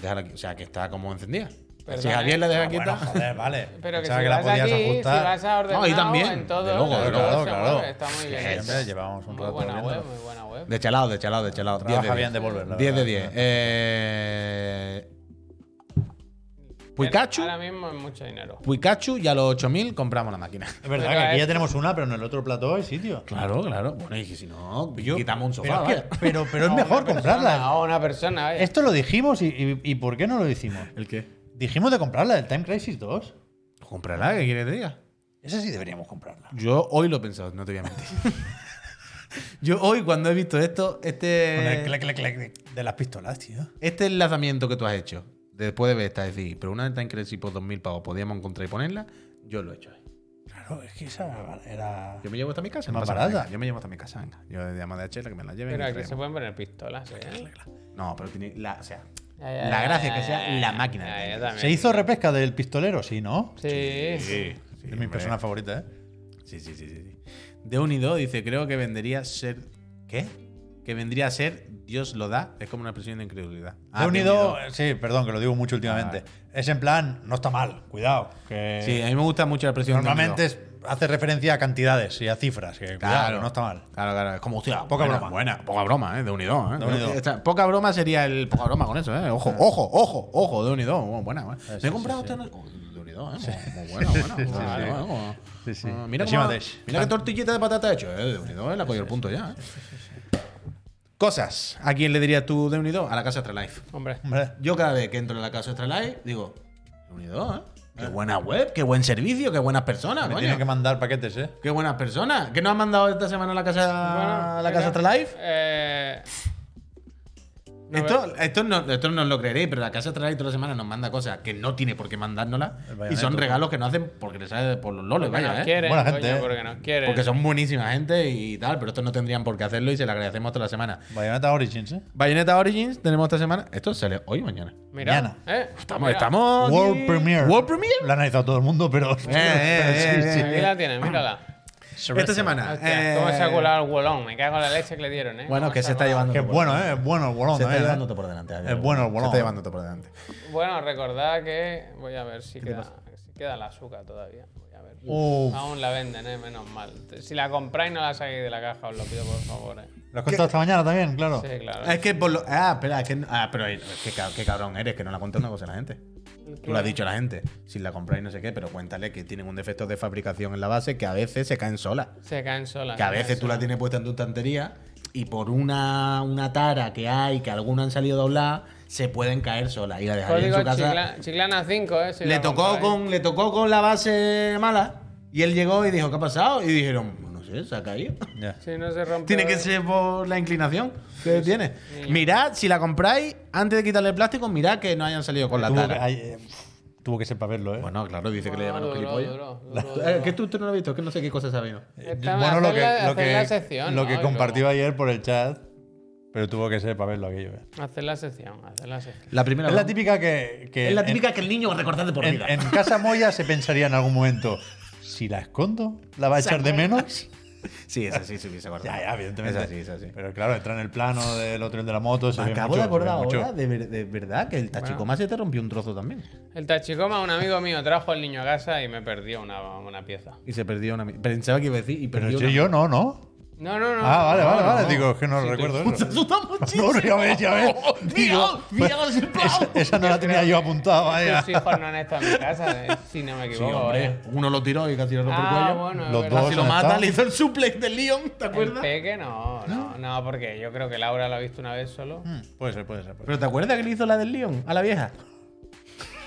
Déjala aquí. O sea, que está como encendida.
Perdón,
si Javier la deja
Ah, bueno,
quieta.
joder, vale.
Pero que si
Pensaba
vas aquí, si vas a ordenar.
No, ahí también,
En todo,
de luego,
en
de
todo
luego,
se
claro.
mueve, Está muy bien.
Sí,
hecho.
hombre, llevamos un
muy
rato
buena web,
viéndolo.
muy buena web.
De chalado, de chalado, de chalado. 10
Trabaja
de
bien
10.
devolver, la
10 de
verdad.
10. Eh... Pikachu,
Ahora mismo es mucho dinero.
Pikachu y a los 8000 compramos la máquina.
Es verdad
Pero
que aquí
es-
ya tenemos una, pero en el otro plató hay sitio.
Claro, claro. Bueno, y que si no, quitamos un
Pero,
sofá.
es que-
vaya.
pero, pero es
A una
mejor
persona,
comprarla.
A una persona, vaya.
Este
Esto lo dijimos y, y- y ¿por qué no lo hicimos?
¿El qué?
Dijimos de comprarla, el Time Crisis 2.
Comprarla, ¿qué quieres que te diga?
Esa sí deberíamos comprarla.
Yo hoy lo he pensado, no te voy a mentir. Yo hoy, cuando he visto esto,
Con el
este,
clac, clac, clac, clac de las pistolas, tío.
este enlazamiento que tú has hecho, después de ver esta, es decir, pero una venta en Crazy por 2.000 pavos podíamos encontrar y ponerla, yo lo he hecho ahí.
Claro, es que esa era.
Yo me llevo hasta mi casa.
Más
pasa
barata.
nada, venga, Yo me llevo hasta mi casa, venga. Yo llamo de HL que me la lleven. y
Pero
la
aquí
traemos.
se pueden poner pistolas, ¿eh?
No, pero tiene la, o sea,
Ay, ay,
la
ay,
gracia es
ay,
que sea
ay,
la
ay,
máquina.
ay,
que
yo
tiene.
también.
¿Se hizo repesca del pistolero? Sí, ¿no?
Sí.
Sí, sí,
es mi
hombre.
persona favorita, ¿eh?
Sí, sí, sí, sí, sí. De unido dice, creo que vendría a ser. ¿Qué? Que vendría a ser Dios lo da. Es como una expresión de incredulidad.
De
Ah,
unido,
unido.
sí, perdón, que lo digo mucho últimamente. Es en plan, no está mal, cuidado. Que
Sí, a mí me gusta mucho la expresión de
normalmente
unido.
es- hace referencia a cantidades y a cifras, que cuidado, que no está mal.
Claro, claro. Es como, hostia,
Poca
buena,
broma.
Buena, poca broma, ¿eh? De unido, ¿eh?
De unido.
Esta- poca broma sería el. Poca broma con eso, ¿eh? Ojo, ojo, ojo, ojo, de unido. Bueno, buena, ¿eh? Me he comprado esta noche- oh, de unido, ¿eh? Muy buena, buena. Vale, vale, como-
Sí, sí.
Ah, mira
Así
cómo-
mateix.
mira qué tortillita de patata he hecho, ¿eh? De unido, ¿eh? La cogió el punto ya, ¿eh? Cosas. ¿A quién le dirías tú de unido? A la casa Astralife.
Hombre.
Hombre,
Yo cada vez que entro en la casa Astralife digo, de unido, ¿eh? Qué buena web, qué buen servicio, qué buenas personas,
me
Ah, coño.
tiene que mandar paquetes, ¿eh?
Qué buenas personas. ¿Qué nos han mandado esta semana a la casa, a Ah, la
Bueno,
casa Astralife?
Eh, no
Esto, esto, no, esto no lo creeréis, pero la casa Astralife toda la semana nos manda cosas que no tiene por qué mandárnoslas
El bayoneto,
y son
¿no?
regalos que nos hacen porque les sale por los loles,
porque
vaya,
nos
¿eh?
quieren,
Buena
coño,
gente, ¿eh?
porque nos quieren.
Porque son buenísima gente y tal, pero estos no tendrían por qué hacerlo y se lo agradecemos toda la semana.
Bayonetta Origins, ¿eh?
Bayonetta Origins tenemos esta semana. Esto sale hoy o mañana.
Mira,
Mañana.
¿eh?
Estamos,
Mira,
estamos.
World Premiere.
World Premiere.
Lo ha analizado todo el mundo, pero.
eh,
sí,
eh,
sí.
eh.
Aquí la tienes, mírala.
Esta semana.
Hostia,
eh,
¿Cómo se ha colado el huelón? Me cago en la leche que le dieron, ¿eh?
Bueno,
¿Cómo
que se está
ha colado?
llevando.
Que es bueno, ¿eh? Es bueno el bolón,
Se está
también, ¿eh?
llevando todo por delante.
Es bueno el
Se
bolón.
está llevando todo por delante.
Bueno, recordad que. Voy a ver si queda, si queda la azúcar todavía. Voy a ver.
Uf.
Aún la venden, ¿eh? Menos mal. Si la compráis, no la saquéis de la caja, os lo pido por favor, ¿eh?
Lo has contado esta mañana también, claro.
Sí, claro.
Es que por lo. Ah, espera, es que. no- Ah, pero es que ca- qué cabrón eres, que no la cuenta una cosa a la gente. Tú lo has dicho a la gente. Si la compráis no sé qué, pero cuéntale que tienen un defecto de fabricación en la base que a veces se caen solas.
Se caen solas.
Que a
se caen
veces tú la
solas.
tienes puesta en tu estantería y por una, una tara que hay, que algunos han salido dobladas, se pueden caer solas. Y la dejaría en
Código
su casa.
Pues Chicla- Chiclana 5, ¿eh? Si
le
la
tocó
compráis.
con le tocó con la base mala y él llegó y dijo qué ha pasado y dijeron no sé se ha caído
Ya.
Si no se rompe.
tiene que ser por la inclinación que tiene mirad si la compráis antes de quitarle el plástico mirad que no hayan salido con la
Tuvo que,
tara
ay, eh, tuvo que ser para verlo, ¿eh?
bueno claro dice que le
Bueno,
llaman los
duró,
gilipollas
duró, duró,
La-
duró.
Eh, que tú, tú no lo has visto Es que no sé qué cosa se ha visto
Eh,
Esta-
bueno, lo que,
hacerla-
lo que-
hacer la sección,
lo
¿no?
que
Y
compartió
luego-
ayer por el chat, pero tuvo que ser para verlo aquello. ¿eh?
Hacer la sección, hacer la sección.
la primera Eh,
Es la típica que. que
es la
en-
típica que el niño va a recordar de por
En,
vida
en Casa Moya se pensaría en algún momento: si la escondo, ¿la va a echar de menos?
sí es así se hubiese acordado
Ya, ya, evidentemente.
es así es así
Pero claro, entra en el plano del otro el de la moto. Se
me
ve
acabo de
mucho, se ve
acordar
mucho.
ahora de, ver- de verdad que el tachicoma se te rompió un trozo también
El tachicoma, un amigo mío trajo al niño a casa y me perdió una, una pieza.
y se perdió una mi- pensaba que iba a decir y
Pero
perdió
yo,
una-
yo no, ¿no?
No, no, no.
Ah, vale,
no,
vale,
no,
vale.
no.
Digo, es que no
Sí,
recuerdo
tú-
Se
eso.
Pues asusta muchísimo.
No, ya ves, ya ves.
Digo,
Digo, Esa, esa no la tenía yo apuntada, vaya.
Tus hijos no han estado en mi casa, eh, si no me
Sí,
equivoco.
hombre.
eh.
Uno lo tiró y casi lo rompe
Ah,
el cuello.
bueno, es
Los
verdad.
dos.
Casi lo
¿Dónde
mata,
está?
le hizo el suplex del Leon, ¿te
El
acuerdas?
peque no, no, no, porque yo creo que Laura lo ha visto una vez solo.
Mm, Puede ser, puede ser. puede
Pero ¿te acuerdas que le hizo la del Leon a la vieja?
ser.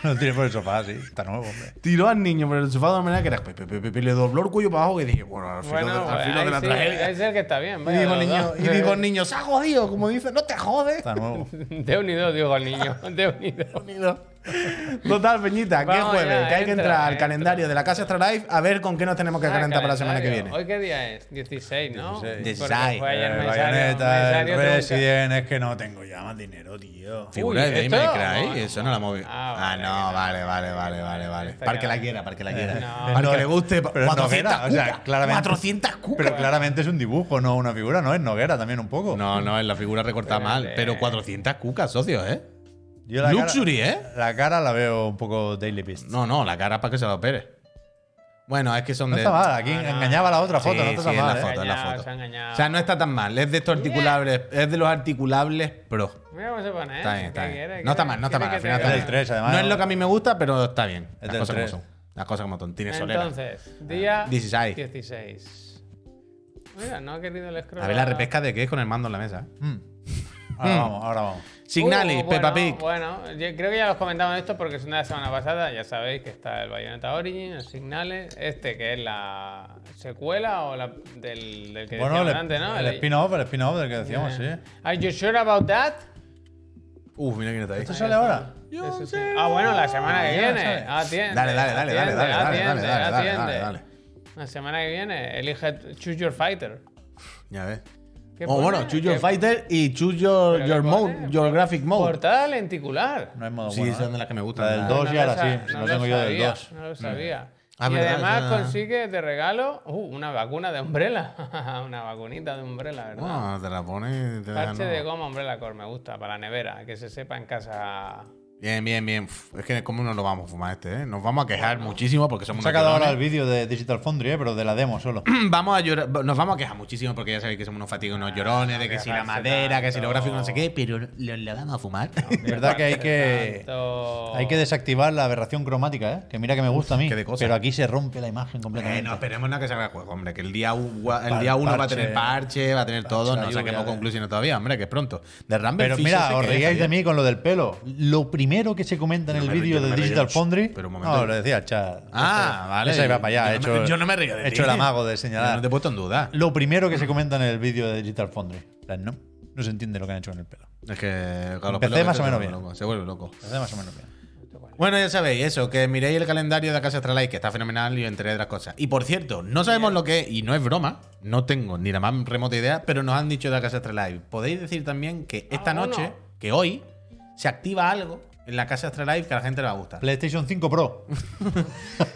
Lo tiene por el sofá, sí. Está nuevo, hombre.
Tiró al niño por el sofá de una manera que era. pe, pe, pe, pe, pe, le dobló el cuello para abajo y dije, bueno, al filo,
Bueno,
de, al
pues,
filo
ahí
de la
sí,
tragedia.
ahí sí el que está bien.
Y
vaya,
digo,
los
el niño,
dos.
y digo el niño, se ha jodido, como dice, no te jodes.
Está nuevo.
De unido, digo el niño. De unido.
Total, Peñita, que es
Vamos
jueves,
ya,
que hay que
entra,
entrar al
entra.
calendario de la Casa Astralife a ver con qué nos tenemos que
Ah,
calentar para la semana que
calendario.
viene.
¿Hoy qué día es? 16, ¿no?
16.
Porque
16.
fue ayer
Eh,
mesario-
Bayonetta, el
mesario trunca.
Resident, es que no tengo ya más dinero, tío.
Figura
Uy,
de
¿esto?
Devil May Cry,
No,
eso no la moví.
Ah,
Ah,
vale,
no,
que-
vale, vale, vale, vale, vale.
Está
Para que la
claro.
quiera, para que la quiera.
No.
Para que le guste.
Pero es
400
Noguera, o sea,
cucas,
claramente-
400 cucas.
Pero claramente es un dibujo, no una figura, ¿no? Es Noguera también un poco.
No, no, en la figura recortada mal.
Espérate.
Pero 400 cucas, socios, ¿eh?
Yo la cara-
Luxury, ¿eh?
La cara la veo un poco Daily Beast.
No, no, la cara para que se la opere. Bueno, es que son
No
de.
está mal, aquí engañaba la otra foto,
Sí,
no está tan
sí,
mal.
en
¿eh?
la foto, en la
Engañado,
foto.
se ha engañado.
O sea, no está tan mal. Es de estos articulables. Es de los articulables pro.
Mira cómo se pone, ¿eh?
Está bien,
¿Qué
está bien.
quiere?
No está
¿Quiere-
mal, no está
quiere
mal. Al
que te
final
Es
está
gane?
del
bien.
3, además.
No es lo que a mí me gusta, pero está bien.
Es
Las
del
cosas como
3.
son. Las cosas como son. Tiene solera.
Entonces, día
16.
16. Mira, no ha querido el scroll.
A ver la repesca de qué es con el mando en la mesa.
Mm. Ahora vamos, ahora vamos.
Signalis,
Uh, bueno,
Peppa Pig.
Bueno, yo creo que ya los comentamos esto porque es una de la semana pasada. Ya sabéis que está el Bayonetta Origin, el Signales, este que es la secuela o la del, del que
Bueno,
decíamos
el,
antes, ¿no?
el spin-off, el spin-off del que decíamos, sí.
Are you sure about that?
Uf, mira quién está ahí.
¿Esto sale ahora?
Eso sí. Ah, bueno, la semana que
Ya
viene. ah,
sabes.
Atiende.
Dale, dale, dale, dale,
atiende,
dale, dale, dale, dale,
atiende,
dale,
atiende.
dale, dale.
La semana que viene, elige Choose Your Fighter.
Ya ves.
¿Qué
O bueno,
pone?
choose your
¿Qué-
fighter y choose your,
¿Pero
your
qué
mode,
pone?
your graphic mode.
Portada lenticular.
No hay modo
Sí,
bueno.
son
¿eh?
de las que me gustan.
La del
Ah,
2 y ahora
sa-
sí.
no
lo tengo yo del
sabía,
2.
No lo sabía.
Ah,
y
verdad,
además
esa-
consigue de regalo uh, una vacuna de Umbrella. una vacunita de Umbrella, ¿verdad?
Bueno, te la pones y te dejan,
Parche de
Ah, ¿no?
goma Umbrella Core, me gusta, para la nevera, que se sepa en casa.
Bien, bien, bien. Uf, Es que como nos lo vamos a fumar este, ¿eh? Nos vamos a quejar muchísimo porque somos
He
unos
sacado ahora el
llorones.
vídeo de Digital Foundry, eh, pero de la demo solo.
Vamos a llorar, nos vamos a quejar muchísimo porque ya sabéis que somos unos fatigos,
Ah,
unos llorones, de que si la
quejarse
madera, que si
tanto.
los gráficos, no sé qué, pero lo, lo vamos a fumar.
Es verdad que hay que,
Tanto-
hay que desactivar la aberración cromática, ¿eh? que mira que me gusta a mí.
Oh. qué de cosa.
Pero aquí se rompe la imagen
Eh,
completamente.
no esperemos nada que salga el juego, hombre, que el día, u- el
Par-
día uno va a
parche.
tener parche, va a tener todo,
la
no
lluvia,
saquemos
de-
conclusiones todavía, hombre, que es pronto. De Rumble
pero
Fish este
mira,
que
os
es,
reíais de
Javier.
mí con lo del pelo. Lo primero que se comenta en
No
el
me río,
vídeo
no
de
me río,
Digital
shh,
Foundry.
pero un momento.
No, lo decía el chat.
Ah, vale.
Esa iba para
Yo
allá. he
no me-
hecho-
yo no me río de
he
ti.
hecho el amago de
Yo
señalar.
no te he puesto en duda.
Lo primero que se comenta en el vídeo de Digital Foundry. En plan, No, no se entiende lo que han hecho con el pelo.
Es que claro,
Empecé
Pelota
más
se
o
vuelve
menos bien.
loco, se vuelve loco.
Parece más o menos bien.
Bueno, ya sabéis, eso, que miréis el calendario de la Casa Astralife, que está fenomenal y entre otras cosas. Y por cierto, no sabemos lo que es, y no es broma, no tengo ni la más remota idea, pero nos han dicho de la Casa Astralife. Podéis decir también que esta
Ah, bueno.
noche, que hoy, se activa algo en la Casa Astralife que a la gente le va a gustar.
PlayStation 5 Pro.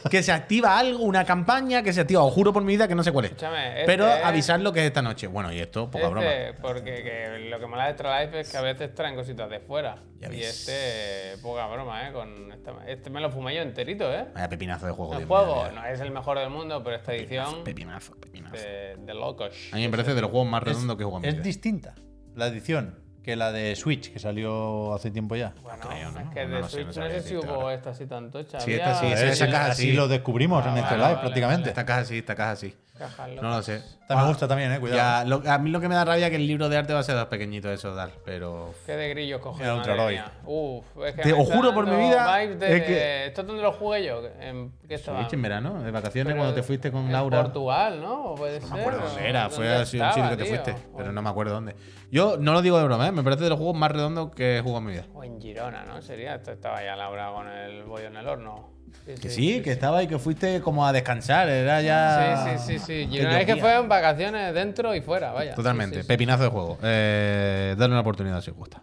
que se activa algo, una campaña que se activa, os juro por mi vida que no sé cuál es.
Escúchame, este
pero
es-
avisad lo que es esta noche. Bueno, y esto, poca broma.
Este, porque que lo que mola de Extra Life es que a veces traen cositas de fuera.
Ya
y
ves.
este, poca broma, ¿eh? Con esta- este me lo fumé yo enterito, ¿eh?
Vaya pepinazo de juego.
El
Dios
juego
mío,
no es el mejor del mundo, pero esta edición
Pepinazo, pepinazo.
de, de locos.
A mí me parece de los juegos más redondos que he jugado en mi
Es
vida.
distinta la edición que la de Switch que salió hace tiempo ya.
Bueno,
creo, ¿no?
es que
No
de
lo sé,
Switch
no
no,
sabría
sé si
decirte
hubo
ahora.
esta así tan tocha.
Sí,
Había
esta sí,
A
esa
ver si
esa caja
así
sí.
lo descubrimos
Ah,
en este
vale,
live
vale,
prácticamente.
Esta caja sí, esta caja sí.
cajas
No
locas.
lo sé. Ah,
Esta me gusta también, eh, cuidado.
Ya, lo- a mí lo que me da rabia es que el libro de arte va a ser dos pequeñitos eso dar, pero
Qué de grillos coger.
Era un
madre
Troroy.
mía. Uf, es que
Te
me
lo
está
juro por mi
dando
vida,
vibes De,
es que-
¿Esto dónde lo jugué yo? ¿En qué estaba?
Switch en verano, de vacaciones
Pero
cuando te fuiste con
en
Laura.
Portugal, ¿no? ¿O Puede ser,
No me acuerdo
¿o
dónde era, fue
dónde
así un sitio
estaba,
que te
tío?
fuiste,
O
pero
en-
no me acuerdo dónde. Yo no lo digo de broma, ¿eh? me parece de los juegos más redondos que he jugado en mi vida.
O en Girona, ¿no? Sería, esto estaba ya Laura con el bollo en el horno.
Que sí, que estaba y que fuiste como a descansar, era ya.
Sí, sí, sí, sí.
que
Girona es que
llovía.
fueron vacaciones dentro y fuera, vaya.
Totalmente,
Sí, sí, sí.
pepinazo de juego. Eh, darle una oportunidad si os gusta.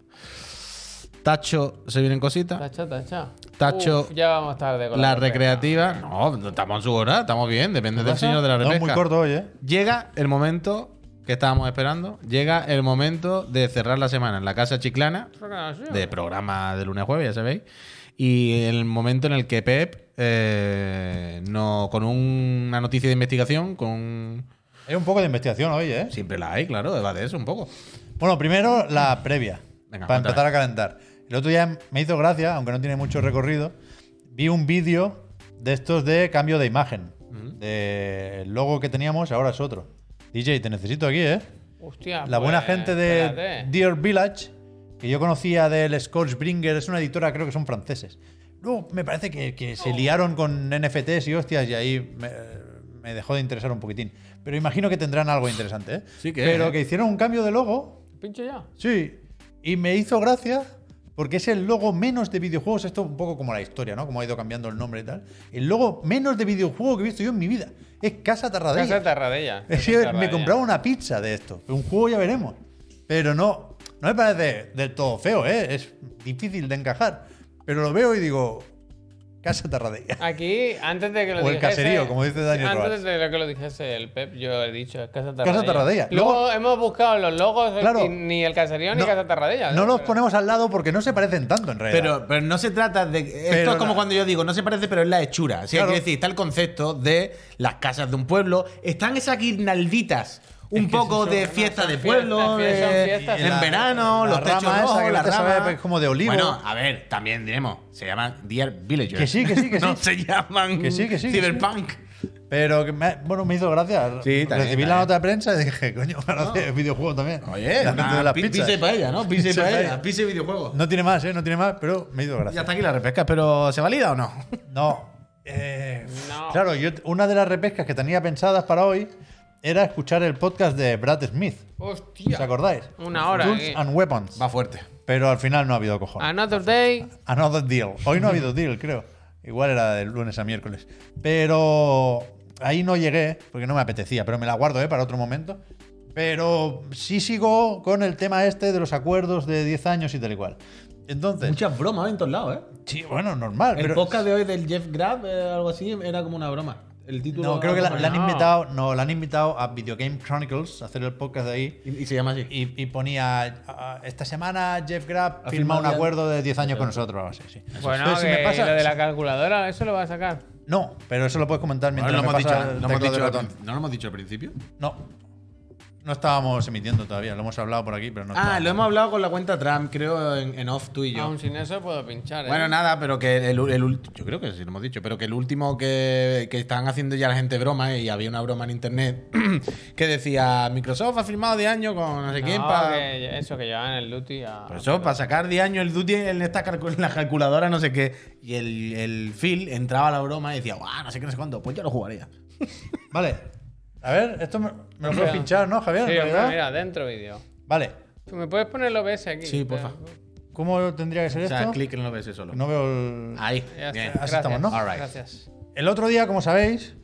Tacho, se vienen cositas.
Tacha, tacha.
Tacho.
Uf, ya vamos tarde con
La
recrea.
recreativa. No, no estamos en su hora, estamos bien, depende del señor de la
No,
repesca.
muy corto hoy, ¿eh?
Llega el momento que estábamos esperando. Llega el momento de cerrar la semana en la casa chiclana
Creo que no ha sido.
de programa de lunes a jueves, ya sabéis. Y el momento en el que Pep, eh, no, con una noticia de investigación, con un-
Es un poco de investigación hoy, ¿eh?
siempre la hay, claro, va de eso un poco.
Bueno, primero la previa,
Venga, cuéntame.
para empezar a calentar. El otro día me hizo gracia, aunque no tiene mucho recorrido, vi un vídeo de estos de cambio de imagen. Del logo que teníamos, ahora es otro. DJ, te necesito aquí, ¿eh?
Hostia,
La buena
pues,
gente de
espérate.
Dear Village, que yo conocía del Scorchbringer, es una editora, creo que son franceses. Luego me parece que, que
Oh.
se liaron con NFTs y hostias, y ahí me, me dejó de interesar un poquitín. Pero imagino que tendrán algo interesante, ¿eh?
Sí que es,
Pero
¿eh?
que hicieron un cambio de logo,
Pincho ya.
sí, y me hizo gracia porque es el logo menos de videojuegos, esto un poco como la historia, ¿no? Como ha ido cambiando el nombre y tal. El logo menos de videojuego que he visto yo en mi vida es Casa Tarradella.
Casa de Tarradella. Casa de
Es que me
Tarradella.
compraba una pizza de esto. Un juego ya veremos. Pero no, no me parece del todo feo, ¿eh? Es difícil de encajar. Pero lo veo y digo, casa tarradella.
Aquí, antes de que lo
O el
dijese-
caserío, como dice Daniel
Antes
Roas.
de lo que lo dijese el Pep, yo he dicho es Casa Tarradella.
Tarradella.
Luego,
Luego-
hemos buscado los logos, eh,
Claro.
y ni el caserío ni
No-
Casa Tarradella.
No
¿eh?
los
Pero-
ponemos al lado porque no se parecen tanto en realidad.
Pero, pero no se trata de. Esto
Pero
es como
la-
cuando yo digo, no se parece, pero es la hechura. O sea,
Claro.
quiero decir, está el concepto de las casas de un pueblo. Están esas guirnalditas. Un
que
poco
son-
de
son
fiesta de
fiestas,
pueblo,
son fiestas,
de-
fiestas.
en
La-
verano,
la
los techos
rama esa
rojos,
que no
la
te sabe,
rama.
pues, como de olivo.
Bueno, a ver, también diremos, se llaman Dear Villagers.
Que sí, que sí, que sí.
no se llaman
Que sí, que sí, que
Cyberpunk.
Pero que me, bueno, me hizo gracia.
Sí, también,
Recibí
también.
la nota de prensa y dije, coño, para hacer videojuego también.
Oye,
la gente de las
una pi-
pizzas.
pizza y paella, ¿no? Pizza y
Pizza y
paella,
paella.
pizza y videojuegos.
No tiene más, ¿eh? No tiene más, pero me hizo
Ya
gracia.
está aquí la repesca, pero ¿se valida o no?
No. eh,
No.
Claro, yo, una de las repescas que tenía pensadas para hoy era escuchar el podcast de Brad Smith. ¿Os
Hostia.
acordáis?
Una hora,
Tools
eh.
and Weapons.
Va fuerte.
Pero al final no ha habido cojones.
Another day.
Another deal. Hoy no ha habido deal, creo. Igual era del lunes a miércoles. Pero ahí no llegué, porque no me apetecía, pero me la guardo ¿eh? para otro momento. Pero sí sigo con el tema este de los acuerdos de 10 años y tal y cual. Entonces,
Muchas bromas en todos lados, ¿eh?
sí, bueno, normal.
El
pero
podcast de hoy del Jeff Grab, eh, algo así, era como una broma. El título.
no, creo que la, la han
No.
invitado, no, la han invitado a Video Game Chronicles a hacer el podcast de ahí.
Y, y se llama así.
Y, y ponía, "Ah, esta semana Jeff Grapp
Ha
firma
firmado
un
ya-
acuerdo de 10 años con nosotros. o algo así, sí.
Bueno,
Entonces, si
que
me pasa-
lo de la calculadora, eso lo va a sacar.
No, pero eso lo puedes comentar
Bueno,
mientras
lo hemos
me
dicho,
pasa el
lo hemos
teclado
dicho
del
al
ratón.
prin- ¿No lo hemos dicho al principio?
No. No estábamos emitiendo todavía, lo hemos hablado por aquí, pero no
Ah,
estábamos.
lo hemos hablado con la cuenta Trump, creo, en, en off tú y yo.
Aún sin eso puedo pinchar. ¿eh?
Bueno, nada, pero que el, el ult- yo creo que sí lo hemos dicho, pero que el último que, que estaban haciendo ya la gente broma eh, y había una broma en internet que decía Microsoft ha firmado de año con no sé
No,
quién para
que eso que llevan el duty a.
eso para sacar de año el duty en esta calcu- en la calculadora no sé qué y el, el Phil entraba a la broma y decía, "Guau, no sé qué no sé cuándo, pues yo lo jugaría."
Vale. A ver, esto me, me lo puedes pinchar, ¿no, Javier?
Sí,
en
hombre,
realidad?
mira, dentro vídeo.
Vale.
¿Tú ¿Me puedes poner el OBS aquí?
Sí, porfa.
¿Cómo tendría que ser
O sea,
esto?
clic Ah. en lo ves solo.
No veo el...
Ahí.
Ya
bien.
está.
Así estamos, ¿no?
Gracias,
All right.
Gracias.
El otro día, como sabéis,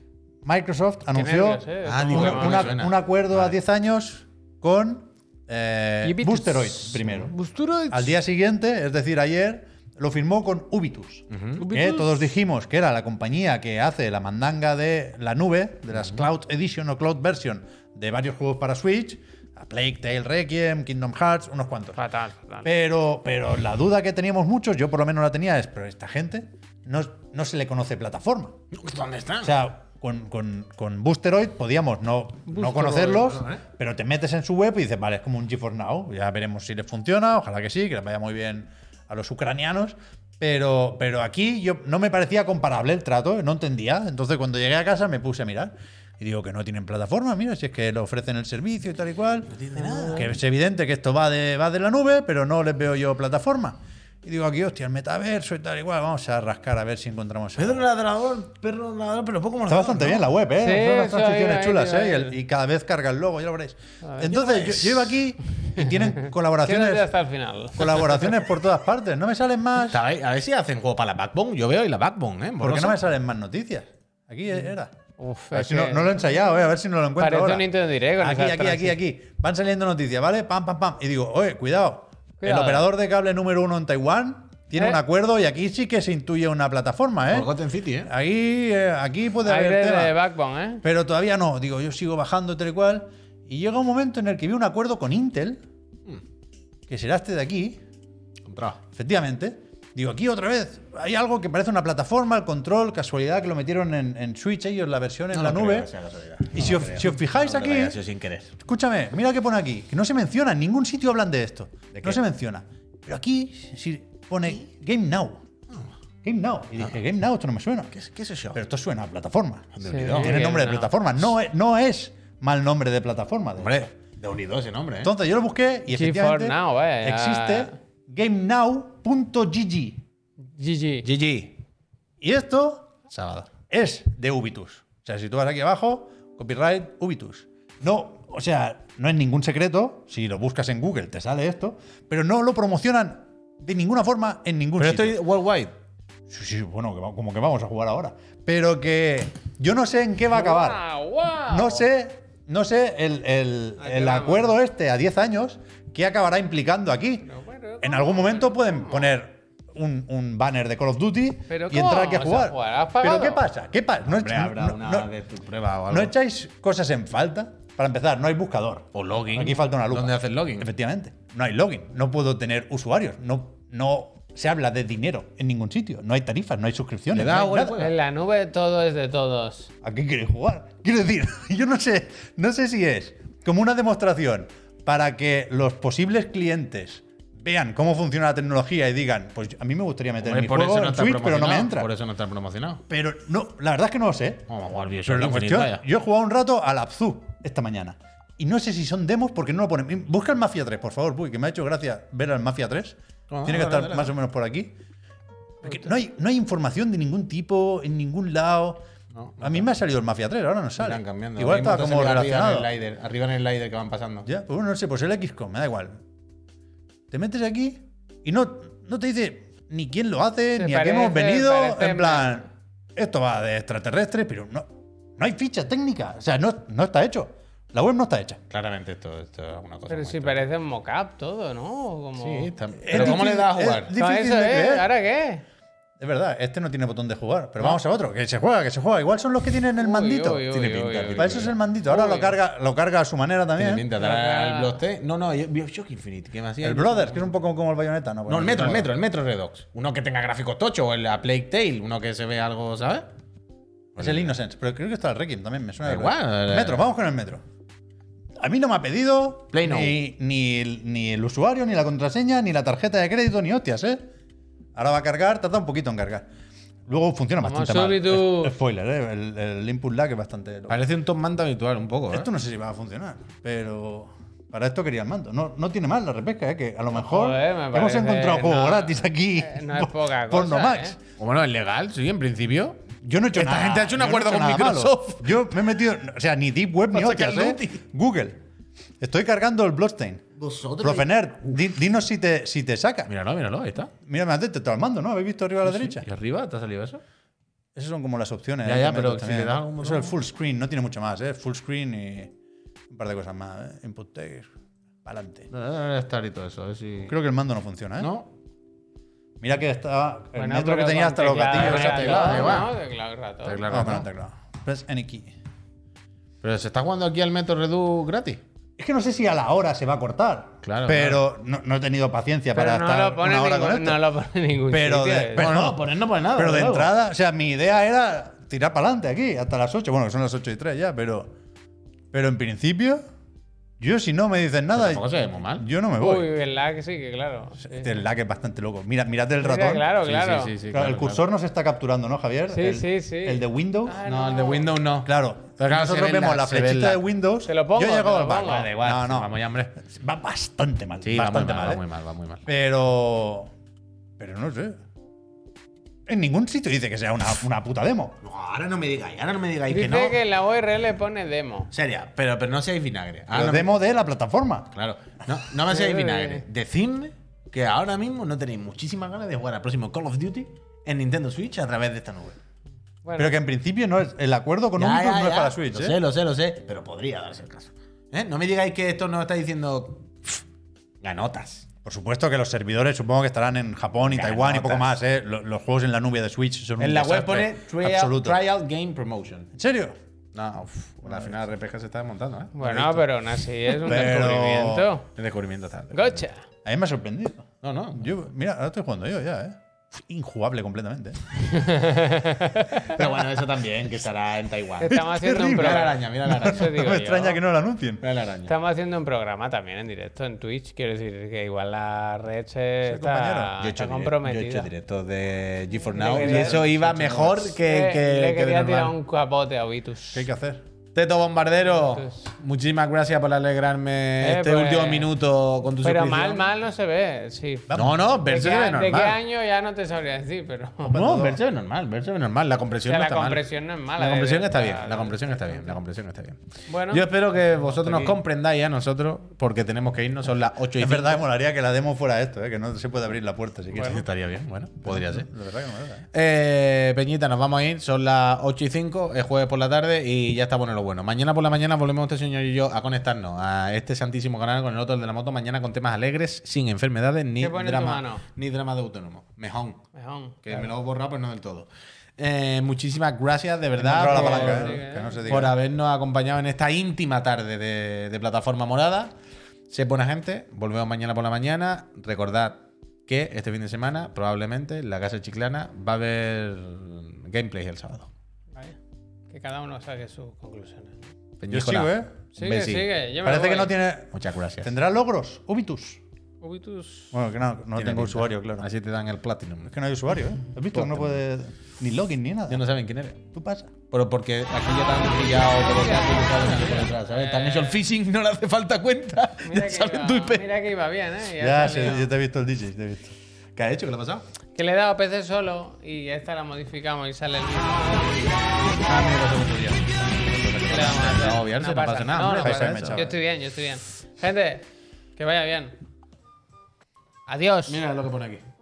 Microsoft anunció
nervios, eh.
Ah,
Esto
digo,
un,
me
¿cómo
una-
me suena?
un acuerdo a
Vale.
10 años con eh,
Ubitus.
Boosteroid primero.
Busturoids.
Al día siguiente, es decir, ayer, lo firmó con Ubitus. Que todos dijimos que era la compañía que hace la mandanga de la nube, de las Cloud Edition o Cloud Version de varios juegos para Switch, a Plague Tale Requiem, Kingdom Hearts, unos cuantos.
Fatal, fatal.
Pero, pero la duda que teníamos muchos, yo por lo menos la tenía, es, pero esta gente no, no se le conoce plataforma.
¿Dónde están?
O sea, con, con, con Boosteroid podíamos no, no conocerlos,
perdón, ¿eh?
pero te metes en su web y dices, vale, es como un GeForce Now. Ya veremos si les funciona, ojalá que sí, que les vaya muy bien a los ucranianos. Pero, pero aquí yo no me parecía comparable el trato, no entendía. Entonces cuando llegué a casa me puse a mirar. Y digo que no tienen plataforma, mira, si es que le ofrecen el servicio y tal y cual. No tiene nada. Que es evidente que esto va de, va de la nube, pero no les veo yo plataforma. Y digo aquí, hostia, el metaverso y tal y cual, vamos a rascar a ver si encontramos algo.
Pedro Ladrador, perro ladrador, pero poco
Está
molestador,
bastante
¿no?
bien la web, ¿eh?
Sí,
Son unas
eso
transiciones
iba, ahí
chulas,
iba,
¿eh? Y, el-
ahí.
y cada vez carga el logo, ya lo veréis. Entonces, yo, yo iba aquí y tienen
Quédate
colaboraciones,
hasta el final.
colaboraciones por todas partes. No me salen más.
Está ahí, A ver si hacen juego para la Backbone. Yo veo y la Backbone, ¿eh?
Porque no
Borrosa.
me salen más noticias. Aquí era.
Uf,
A ver
es
Ah, si no,
Mm. Pues que-
no lo he ensayado, ¿eh? a ver si no lo encuentro.
Parece
ahora.
un Nintendo Direct con
Aquí,
esas
aquí, aquí, aquí. Van saliendo noticias, ¿vale? Pam, pam, pam. Y digo, oye, cuidado.
Cuidado.
El operador de cable número uno en Taiwán tiene
¿Eh?
un acuerdo y aquí sí que se intuye una plataforma, ¿eh?
Forgotten City, ¿eh?
Aquí, eh, aquí puede
Hay
haber.
de,
tema.
de Backbone, ¿eh?
Pero todavía no, digo, yo sigo bajando tal y cual. Y llega un momento en el que vi un acuerdo con Intel, que será este de aquí,
Comprado.
efectivamente. Digo, aquí otra vez, hay algo que parece una plataforma, el control, casualidad que lo metieron en, en Switch ellos, la versión en la nube. Y si, os, si os fijáis aquí,
sin querer.
escúchame, mira que pone aquí, que no se menciona, en ningún sitio hablan de esto. no se menciona. Pero aquí si pone Game Now. Game Now. Y dije, Game Now, esto no me suena.
Ah. ¿Qué, es- qué es eso?
Pero esto suena a plataforma.
Sí,
Tiene nombre de
no.
plataforma. No es, no es mal nombre de plataforma. de hecho.
Hombre, de unido ese nombre, ¿eh?
Entonces yo lo busqué y
G4
efectivamente
Now, eh,
existe
ah.
GameNow.gg.
GG.
GG.
Y esto
Sábado.
es de Ubitus. O sea, si tú vas aquí abajo, copyright Ubitus. No, o sea, no es ningún secreto. Si lo buscas en Google te sale esto, pero no lo promocionan de ninguna forma en ningún
Pero
sitio.
estoy worldwide.
Sí, sí, bueno, que va- como que vamos a jugar ahora. Pero que yo no sé en qué va a acabar.
Ah,
Guau, guau.
No sé, no sé el, el-
Ahí
el
vamos.
acuerdo este a 10 años que acabará implicando aquí.
Pero bueno,
En
¿cómo?
algún momento pueden poner un, un banner de Call of Duty
Pero
y entrar aquí a
¿cómo?
jugar.
O sea, ¿jugarás pagado?
Pero ¿qué pasa? ¿Qué pasa? No,
Hombre,
no-
habrá
no-
una
no-
de tu prueba o
no
algo.
echáis cosas en falta. Para empezar, no hay buscador.
o Pues login.
Aquí falta una lupa.
¿Dónde haces login?
Efectivamente. No hay login. No puedo tener usuarios. No, no se habla de dinero en ningún sitio. No hay tarifas, no hay
Le
suscripciones.
da
no hay
igual el
nada.
juego.
En la nube todo es de todos.
¿A qué queréis jugar? Quiero decir, yo no sé, no sé si es como una demostración para que los posibles clientes vean cómo funciona la tecnología y digan, pues a mí me gustaría meter
Hombre,
mi
por
juego
eso no
en
está
Switch, pero no me
promocionado,
entra.
Por eso no está promocionado.
Pero no, la verdad es que no lo sé.
Vamos a jugar
Pero
Bioshock
la
Infinite,
cuestión,
vaya.
yo he jugado un rato al Abzu esta mañana. Y no sé si son demos porque no lo ponen. Busca el Mafia 3, por favor, Puy, que me ha hecho gracia ver al Mafia 3.
Ah,
Tiene
dale,
que estar
dale.
más o menos por aquí. Porque no, hay, no hay información de ningún tipo, en ningún lado.
No, no
a mí me ha salido el Mafia 3, ahora no sale.
Están cambiando.
Igual
Ahora
estaba
mismo
como
te sale
relacionado.
Arriba en, el slider, arriba en el slider que van pasando.
Ya, pues bueno, no sé, pues el XCOM, me da igual. Te metes aquí y no, no te dice ni quién lo hace,
Sí,
ni a qué hemos
parece-
venido.
parece-
en plan, esto va de extraterrestres, pero no, no hay ficha técnica. O sea, no, no está hecho. La web no está hecha.
Claramente esto, esto es una cosa.
Pero
muy
si
extraña.
parece un mock-up todo, ¿no? Como...
Sí, está- Pero ¿cómo
difícil-
le das a jugar?
es
No,
difícil
eso
de
es,
creer.
¿Ahora qué?
Es verdad, este no tiene botón de jugar, pero vamos a otro, que se juega, que se juega. Igual son los que tienen el
Uy,
mandito.
uy, uy,
Tiene
uy,
pinta,
uy, uy.
Para eso es el mandito. Ahora lo
Uy.
carga, lo carga a su manera
Tiene
también.
pinta, dará el Block T. No, no, yo- Bioshock Infinite, ¿qué me hacía?
El
Yo-
Brothers, que es un poco como el bayoneta, ¿no?
No,
Bueno,
el Metro, el Metro, el Metro Redox. Uno que tenga gráficos tocho, o el a Plague Tale, uno que se ve algo, ¿sabes?
Es el Innocence, pero creo que está el Requiem también, me suena.
Da
de-
igual, eh.
Metro, vamos con el metro. A mí no me ha pedido
Play no.
ni, ni el, ni el usuario, ni la contraseña, ni la tarjeta de crédito, ni hostias, ¿eh? Ahora va a cargar, tarda un poquito en cargar. Luego funciona
Vamos,
bastante mal.
súbito.
Es- Spoiler, ¿eh? El, el input lag es bastante... loco.
Parece un Tom Manta habitual, un poco, ¿eh?
Esto no sé si va a funcionar, pero para esto quería el mando. No, no tiene mal la repesca, ¿eh? que a lo mejor
Joder, me
hemos
parece-
encontrado juego
no,
gratis aquí.
eh, no es poca
por
cosa, ¿eh?
Nomax.
O bueno, es legal, sí, en principio.
Yo no he hecho
Esta
nada.
gente ha hecho un
Yo no he
acuerdo con
nada malo.
Microsoft.
Yo me he metido, o sea, ni Deep Web ni
Para sacar
hostias, ¿eh?
Luti.
Google. Estoy cargando el Blockstein.
Vosotros.
Profener, di- dinos si te, si te saca.
Míralo, míralo, ahí está.
Mira, me has detectado el mando, ¿no? ¿Habéis visto arriba a la derecha?
¿Y arriba te ha salido eso?
Esas son como las opciones.
Ya,
¿eh?
ya,
que
pero
metes
si le
también.
das algún
Eso
botón.
es el full screen, no tiene mucho más, ¿eh? Full screen y un par de cosas más. ¿eh? Input text, para adelante.
Debe estar y todo eso, a ver si.
Creo que el mando no funciona, ¿eh?
¿No?
Mira que estaba el
Bueno,
metro que
pero
tenía
con
hasta los
teclado
gatillos.
y
esa teclado,
ratón,
igual.
¿no? Teclado y ratón.
Está
Vamos
claro.
a poner
Ah, ¿no?
teclado. Press any key.
Pero se está jugando aquí al Metro Redu gratis.
Es que no sé si a la hora se va a cortar.
Claro,
Pero No, no he tenido paciencia para
Pero no
estar
lo, pone
una hora con
ningún,
esto.
no lo pone en ningún
pero
sitio,
de,
eh.
pero
No,
no,
no, poner no pone nada,
Pero de
luego.
entrada, o sea, mi idea era tirar para adelante aquí, hasta las 8. Bueno, que son las 8 y 3 ya, pero. Pero en principio, yo si no me dicen nada,
Tampoco se ve muy mal.
yo no me voy.
Uy, el lag sí, que claro. Eh, sí.
Este lag es bastante loco. Mira, mirad el
Mira,
ratón.
claro,
Sí,
claro.
sí, sí, sí,
Claro,
claro,
el
claro.
cursor nos está capturando, ¿no, Javier?
Sí,
el,
sí, Ah. sí.
El de Windows.
No, el de Windows no.
Claro.
Pero claro, se
nosotros
ve el
vemos
lag,
la
se ve el
flechita de
lag.
Windows.
Te lo pongo,
Yo he
te
llegado
lo
al back.
pongo. Da
igual,
No, no.
vamos ya, hombre.
Va bastante mal.
Sí, va muy
bastante
mal,
mal,
va
¿eh?
muy mal, va muy mal.
Pero. Pero no sé. En ningún sitio dice que sea una, una puta demo.
No, ahora no me digáis, ahora no me digáis
Dice que, en la URL pone demo.
Seria, pero, pero no seáis vinagre. Ahora
Pero
Ah, no me-
demo de la plataforma.
Claro. No, no me seáis vinagre. Decidme que ahora mismo no tenéis muchísimas ganas de jugar al próximo Call of Duty en Nintendo Switch a través de esta nube.
Bueno,
Pero que en principio no es. El acuerdo con
Ya,
Ubisoft
ya,
no es
ya.
para Switch.
Lo
¿eh?
sé, lo sé, lo sé. Pero podría darse el caso. ¿Eh? No me digáis que esto no está diciendo pff, ganotas.
Por supuesto que los servidores supongo que estarán en Japón y
Ganotas.
Taiwán y poco más. ¿eh? Lo- Los, juegos en la nube de Switch son un
En la web pone
desastre
trial,
absoluto.
trial Game Promotion.
¿En serio?
No, uf, al final Repesca se está desmontando, ¿eh?
bueno pero aún así es un
Pero-
descubrimiento.
El descubrimiento está.
Gocha.
A mí me ha sorprendido.
No, no.
Yo, mira, ahora estoy jugando yo ya, ¿eh? Injugable completamente. ¿eh?
Pero bueno, eso también, que estará en Taiwán.
Estamos haciendo un
Mira
terrible.
la
programa.
araña, mira la
Eso
araña.
digo
no me
yo.
extraña que no lo anuncien.
Mira la araña.
Estamos haciendo un programa también en directo en Twitch. Quiero decir que igual la red se
Sí, compañero.
está,
Yo he,
está
hecho
comprometida.
directos de G4 Now
Le
y
quería-
eso iba mejor que,
Eh,
que,
le
que de
quería tirar
normal.
un capote a Vitus.
¿Qué hay que hacer?
Teto Bombardero,
Entonces-
muchísimas gracias por alegrarme
Eh,
este
pues-
último minuto con tu
Pero mal,
suscripción.
mal no se ve, sí.
No, no,
¿De,
pero
qué,
se ve
a- de qué
normal.
año ya no te sabría decir, pero.
No, pero se ve normal, pero se ve normal. La compresión
O sea,
no
la
está mal.
compresión no es mala,
La compresión
de-
está
de-
bien,
de-
la compresión está bien, la compresión está bien.
Bueno.
Yo espero que vosotros nos
aquí.
comprendáis a nosotros porque tenemos que irnos, son las 8 y
Es
5.
verdad que molaría que la demo fuera esto, ¿eh? que no se puede abrir la puerta si quieres.
Bueno, Estaría bien, bueno, podría ser.
La verdad que no mola, ¿eh?
Eh, Peñita, nos vamos a ir. Son las 8 y 5, es jueves por la tarde y ya está bueno lo bueno. Mañana por la mañana volvemos este señor y yo a conectarnos a este santísimo canal con el otro el de la moto. Mañana con temas alegres, sin enfermedades ni
¿Qué pone en tu
drama,
mano?
ni drama de autónomo. Mejón.
Mejón.
Que me lo he borrado, pues no del todo. Eh, muchísimas gracias, de
Hemos entrado
verdad,
a
por,
la palanca,
sí,
¿eh? que no se
pues,
diga.
por habernos acompañado en esta íntima tarde de, de plataforma morada. Se buena gente, volvemos mañana por la mañana. Recordad que este fin de semana, probablemente, en la Casa Chiclana va a haber gameplay el sábado.
Vaya. Que cada uno saque sus conclusiones.
Yo sigo, ¿eh?
un
Sigue,
besi.
sigue. Yo me
Parece que
voy.
no tiene.
Muchas gracias.
¿Tendrá logros? Ubitus.
Ubitus.
Bueno, que no, no
Tiene pinta.
tengo usuario, claro.
Así te dan el Platinum.
Es que no hay usuario, ¿eh? ¿Has visto? No puede ni login ni nada.
Ya no saben quién eres.
Tú pasa.
Pero porque aquí ya te han pillado por lo que has publicado no sé por detrás, ¿sabes? Te han hecho el phishing, no le hace falta cuenta.
Mira
Ya
que,
saben tu
iba,
IP.
mira que iba bien, ¿eh? Ya
Ya,
ha
sé,
salido.
yo te he visto el DJ, te he visto.
¿Qué ha hecho? ¿Qué le ha pasado?
Que le he dado a PC solo y esta la modificamos y sale el
Ah, mira, lo tengo tuyo.
le vamos a hacer?
No, obviarse, no pasa nada, hombre,
no
pasa
pasa
eso.
Yo estoy bien, yo estoy bien. Gente, que vaya bien. Adiós.
Mira lo que pone aquí.